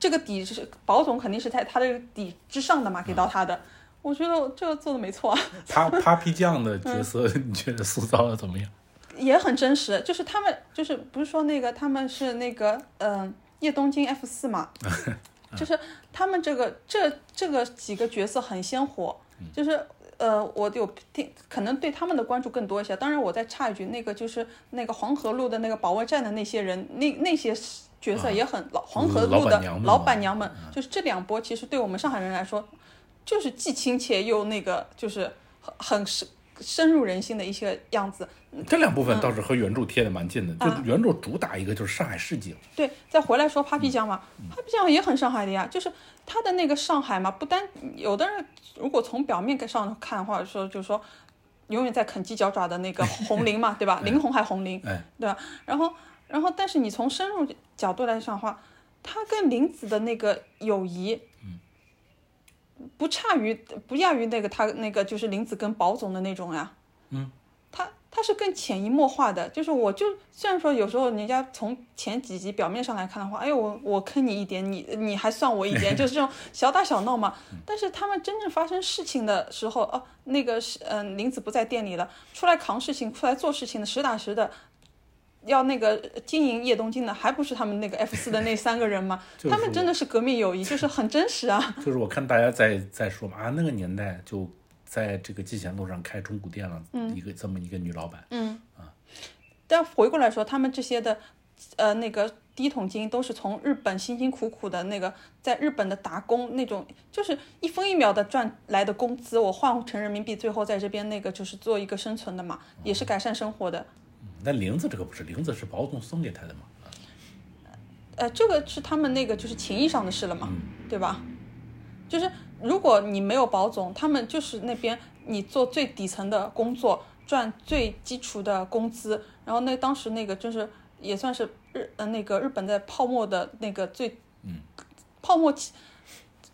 这个底是保总肯定是在他的底之上的嘛，给到他的。我觉得我这个做的没错啊，
啪啪皮酱的角色，你觉得塑造的怎么样？
也很真实。就是他们，就是不是说那个他们是那个嗯、呃叶东京 F 四 嘛，
嗯
就是他们这个这这个几个角色很鲜活，就是呃，我有听，可能对他们的关注更多一些。当然，我再插一句，那个就是那个黄河路的那个保卫战的那些人，那那些角色也很老。黄河路的
啊老
老
板
板
娘
娘
们
们
嘛，嗯
就是这两波，其实对我们上海人来说，就是既亲切又那个，就是很很深深入人心的一些样子。
这两部分倒是和原著贴的蛮近的，就原著主打一个就是上海市井，
对，再回来说 Papi 酱嘛，Papi 酱也很上海的呀，就是它的那个上海嘛，不单有的人如果从表面上看，或者说就是说永远在啃鸡脚爪的那个红菱嘛，对吧？林红还红菱，
哎
对吧？然后，然后但是你从深入角度来讲的话，他跟林子的那个友谊，不差于不亚于那个他那个就是林子跟宝总的那种呀。
嗯
他他是更潜移默化的，就是我就虽然说有时候人家从前几集表面上来看的话，哎呦我我坑你一点，你你还算我一 点，就是这种小打小闹嘛。
嗯
但是他们真正发生事情的时候，哦，那个是嗯、林子不在店里了，出来扛事情、出来做事情的，实打实的。要那个经营叶东京的，还不是他们那个 F 四的那三个人吗？
就是
他们真的是革命友谊，就是很真实啊。
就是我看大家在在说嘛，啊，那个年代就在这个季贤路上开中古店了，一个这么一个女老板，
但回过来说，他们这些的，呃，那个第一桶金都是从日本辛辛苦苦的那个在日本的打工那种，就是一分一秒的赚来的工资，我换成人民币，最后在这边那个就是做一个生存的嘛，也是改善生活的。
嗯那玲子这个不是，玲子是保总送给她的嘛，
呃，这个是他们那个就是情谊上的事了嘛，对吧？就是如果你没有保总，他们就是那边你做最底层的工作，赚最基础的工资，然后那当时那个就是也算是日呃那个日本在泡沫的那个最泡沫起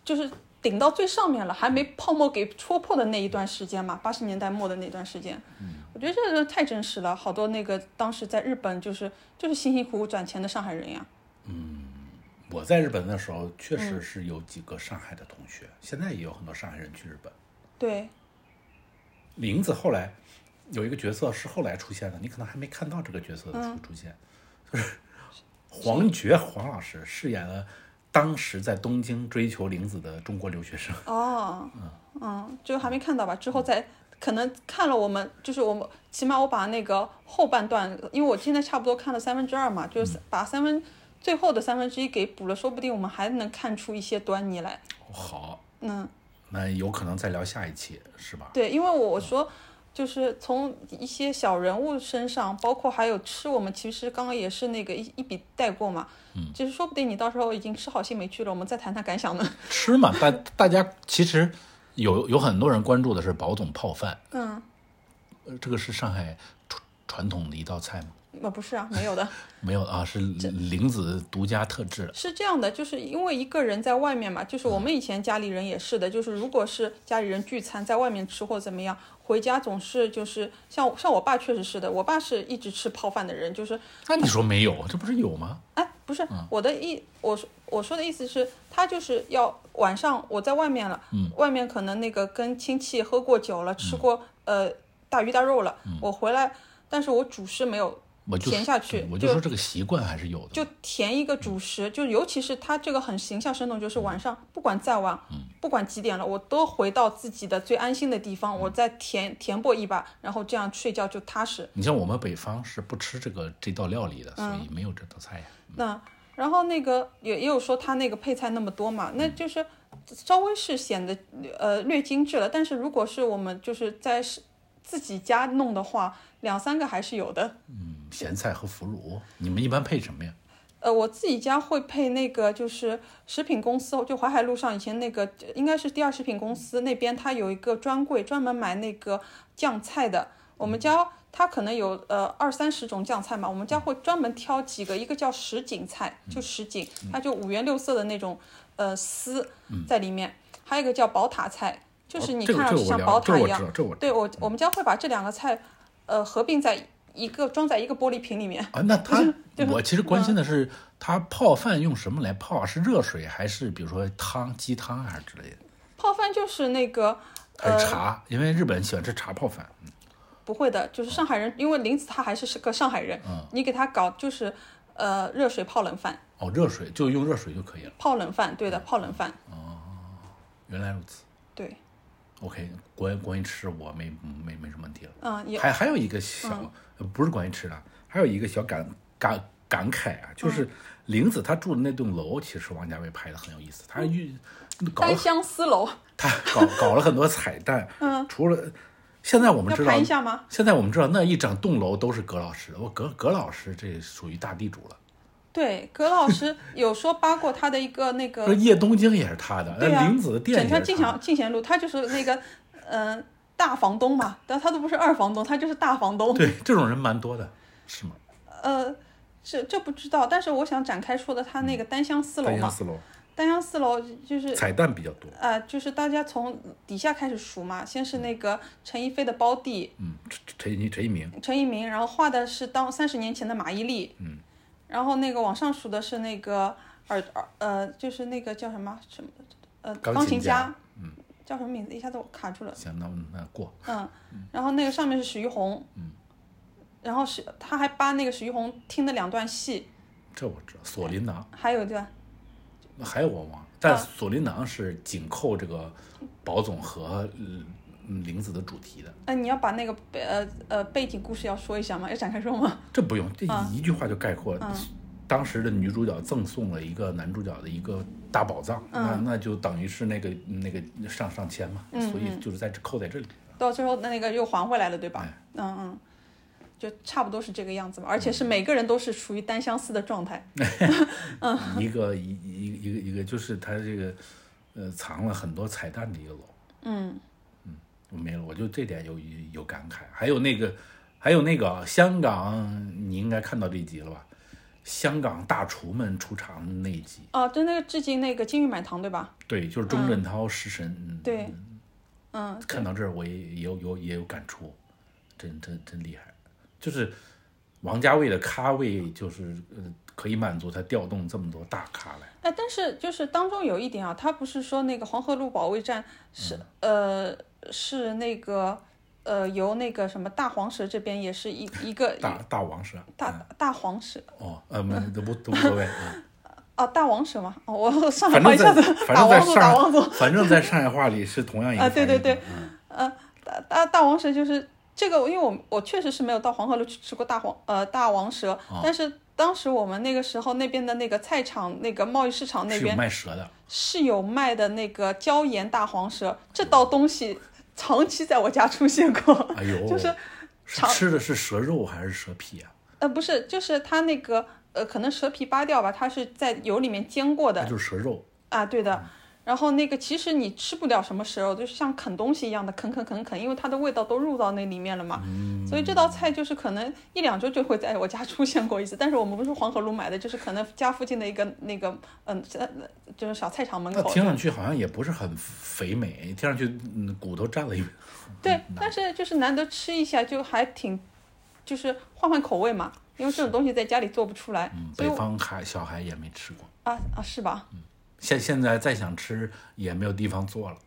就是顶到最上面了，还没泡沫给戳破的那一段时间嘛，八十年代末的那段时间，我觉得这个太真实了，好多那个当时在日本就是就是辛辛苦苦赚钱的上海人呀，
我在日本的时候，确实是有几个上海的同学，现在也有很多上海人去日本。
对，
玲子后来有一个角色是后来出现的，你可能还没看到这个角色的出出现，就是黄觉黄老师饰演了当时在东京追求玲子的中国留学生。
哦，嗯，就还没看到吧，之后再可能看了我们，就是我们起码我把那个后半段，因为我现在差不多看了三分之二嘛，就是把三分最后的三分之一给补了，说不定我们还能看出一些端倪来。
好，
嗯，
那有可能再聊下一期是吧？
对，因为我我说。就是从一些小人物身上，包括还有吃，我们其实刚刚也是那个一一笔带过嘛。嗯，就是说不定你到时候已经吃好心没去了，我们再谈谈感想呢。
吃嘛，大大家其实有有很多人关注的是宝总泡饭，
嗯，
呃这个是上海传传统的一道菜吗？
呃，不是啊，没有的。
没有啊，是玲子独家特制的。
是这样的，就是因为一个人在外面嘛，就是我们以前家里人也是的，就是如果是家里人聚餐在外面吃或怎么样，回家总是就是像像我爸确实是的，我爸是一直吃泡饭的人，就是
那你说没有，这不是有吗？
哎，不是、我的意，我说我说的意思是，他就是要晚上我在外面了，外面可能那个跟亲戚喝过酒了，吃过、呃大鱼大肉了，我回来，但是我主食没有
我就
填下去
对，我就说这个习惯还是有的。
就填一个主食，就尤其是它这个很形象生动，就是晚上不管再晚，不管几点了，我都回到自己的最安心的地方，我再填填补一把，然后这样睡觉就踏实。
你像我们北方是不吃这个这道料理的，
嗯
所以没有这道菜呀。
那然后那个也也有说它那个配菜那么多嘛，那就是稍微是显得呃略精致了，但是如果是我们就是在是自己家弄的话，两三个还是有的。
嗯，咸菜和腐乳，你们一般配什么呀？
呃，我自己家会配那个，就是食品公司，就淮海路上以前那个，呃应该是第二食品公司那边，它有一个专柜专门买那个酱菜的。我们家它可能有呃二三十种酱菜嘛，我们家会专门挑几个，一个叫什锦菜，就什锦，
嗯
它就五颜六色的那种呃丝在里面，还有一个叫宝塔菜，就是你
哦这个
看上去
这个我
像
了
宝
这
塔
我
一
知
样
道，。这我知
对我我们家会把这两个菜呃合并在一个装在一个玻璃瓶里面。
道啊。那它，我其实关
嗯
心的是，它泡饭用什么来泡啊？是热水还是比如说汤、鸡汤还是之类的，
泡饭就是那个
还是茶？因为日本人喜欢吃茶泡饭。
不会的，就是上海人，因为林子他还是是个上海人，
嗯
你给他搞就是呃热水泡冷饭，
哦，热水就用热水就可以了。
泡冷饭，对的，泡冷饭，
原来如此。
对，
OK，关关于吃我没没没什么问题了。
嗯，也
还还有一个小、
嗯
呃不是关于吃的，还有一个小感感感慨啊，
嗯
就是玲子她住的那栋楼，其实王家卫拍的很有意思，
嗯
他遇搞了
单相思楼
他搞搞了很多彩 蛋。嗯，除了现在我们
要
知道
盘一，下吗？
现在我们知道那一整栋楼都是葛老师的，我葛葛老师这属于大地主了。
对，葛老师有说扒过他的一个那 个
说叶东京也是他的，那
嗯对啊
玲子的店
整条
也是
进
他的。
贤进贤路，他就是那个嗯、呃大房东嘛，但他都不是二房东，他就是大房东。
对，这种人蛮多的，是吗？
呃，这这不知道，但是我想展开说的他那个单相思楼
嗯单相
嘛，
思楼
单相思楼就是
彩蛋比较多。
呃，就是大家从底下开始数嘛，先是那个陈逸飞的胞弟
嗯，陈陈陈一鸣，
陈一鸣，然后画的是当三十年前的马伊琍，嗯，然后那个往上数的是那个耳耳呃，就是那个叫什么什么呃
钢
钢琴
琴家
家，嗯，叫什么名字？一下子我卡住了。
行，那那过。
嗯，然后那个上面是许玉红，嗯，然后是他还扒那个许玉红听的两段戏，
这我知道，锁麟囊
还有一段
还有我忘了，但锁麟囊是紧扣这个宝总和嗯玲子的主题的，
哎、你要把那个背呃呃背景故事要说一下吗？要展开说吗？
这不用，这一句话就概括了。当时的女主角赠送了一个男主角的一个大宝藏，那那就等于是那个那个上上签嘛，所以就是在这扣在这里。
到最后那个又还回来了，对吧
哎？嗯
嗯嗯，就差不多是这个样子吧，而且是每个人都是属于单相思的状态，
一个一一一个一个就是他这个呃藏了很多彩蛋的一个楼。
嗯
我没了，我就这点有有有感慨。还有那个，还有那个啊香港，你应该看到这一集了吧？香港大厨们出场的那一集，
啊，就那个致敬那个金玉满堂，对吧？
对，就是钟镇涛食神。嗯，
对，嗯，
看到这儿我也也有有也有感触，真真真厉害。就是王家卫的咖位，就是呃可以满足他调动这么多大咖来。
哎，但是就是当中有一点啊，他不是说那个黄河路保卫战是、
嗯
呃是那个呃由那个什么大黄蛇这边也是一一个
大嗯大王是吧
大大黄蛇
哦，呃，没都不都无所谓。嗯
啊大王蛇嘛，哦，我 上海
反
话
正
一下
在
子
反
打
正在
王总打王总
上，反正在上海话里是同样一个
啊对
翻译
对
的，嗯
呃大大大王蛇就是这个，因为我我确实是没有到黄河路去吃过大黄呃大王蛇，
哦
但是当时我们那个时候那边的那个菜场那个贸易市场那
是有
边
卖蛇的。
是有卖的那个椒盐大黄蛇，这道东西长期在我家出现过。
哎呦，
就是
是吃的是蛇肉还是蛇皮啊？
呃，不是，就是它那个呃，可能蛇皮扒掉吧，它是在油里面煎过
那
的
就是蛇肉，
啊，对
嗯
的。然后那个其实你吃不了什么蛇肉，就是像啃东西一样的啃啃啃啃，因为它的味道都入到那里面了嘛。
嗯
所以这道菜就是可能一两周就会在我家出现过一次，但是我们不是黄河路买的，就是可能家附近的一个那个嗯、呃，就是小菜场门
那
口
听上去好像也不是很肥美，听上去嗯骨头占 了一，
对，但是就是难得吃一下，就还挺，就是换换口味嘛。因为这种东西在家里做不出来，
嗯，
所以
北
我
方孩小孩也没吃过，
啊啊是吧？
现现在再想吃也没有地方做了。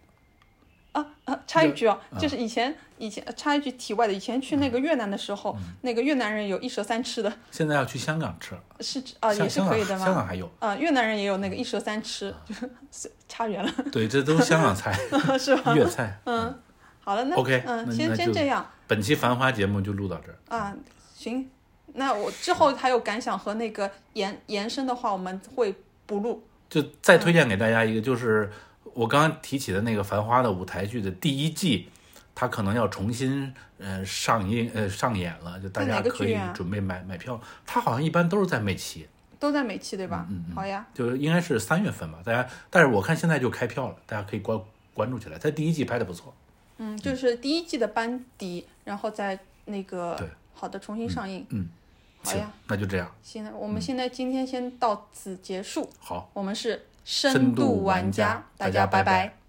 啊啊，插一句哦，
嗯
就是以前以前插一句题外的，以前去那个越南的时候，
嗯
那个越南人有一蛇三吃的，
现在要去香港吃了，
是啊
香
也是
香
可
港
以的
香港
嘛。
还有，
啊，越南人也有那个一蛇三吃，就是 差远了，
对，这都是香 港菜、
是吧？
粤菜。
嗯，好了，那
OK，
嗯，
那
先
那
先
就
这样
本期《繁花》节目就录到这儿，
啊，行。那我之后还有感想和那个延延伸的话，我们会补录。
就再推荐给大家一个，就是我刚刚提起的那个《繁花》的舞台剧的第一季，它可能要重新呃上映呃上演了，就大
在哪
家
个
可
剧
以
啊
准备买买票。它好像一般都是在美琪，
都在美期对吧？
嗯嗯嗯
好呀，
就是应该是三月份吧，大家，但是我看现在就开票了，大家可以关关注起来。它第一季拍的不错，
嗯，就是第一季的班底，然后再那个
对
好的重新上映。
嗯，
好
行
呀，，
那就这样，
行了，我们现在今天先到此结束。
好。
我们是
深度
度
玩
玩
家大
大
家
家
拜
拜
拜
拜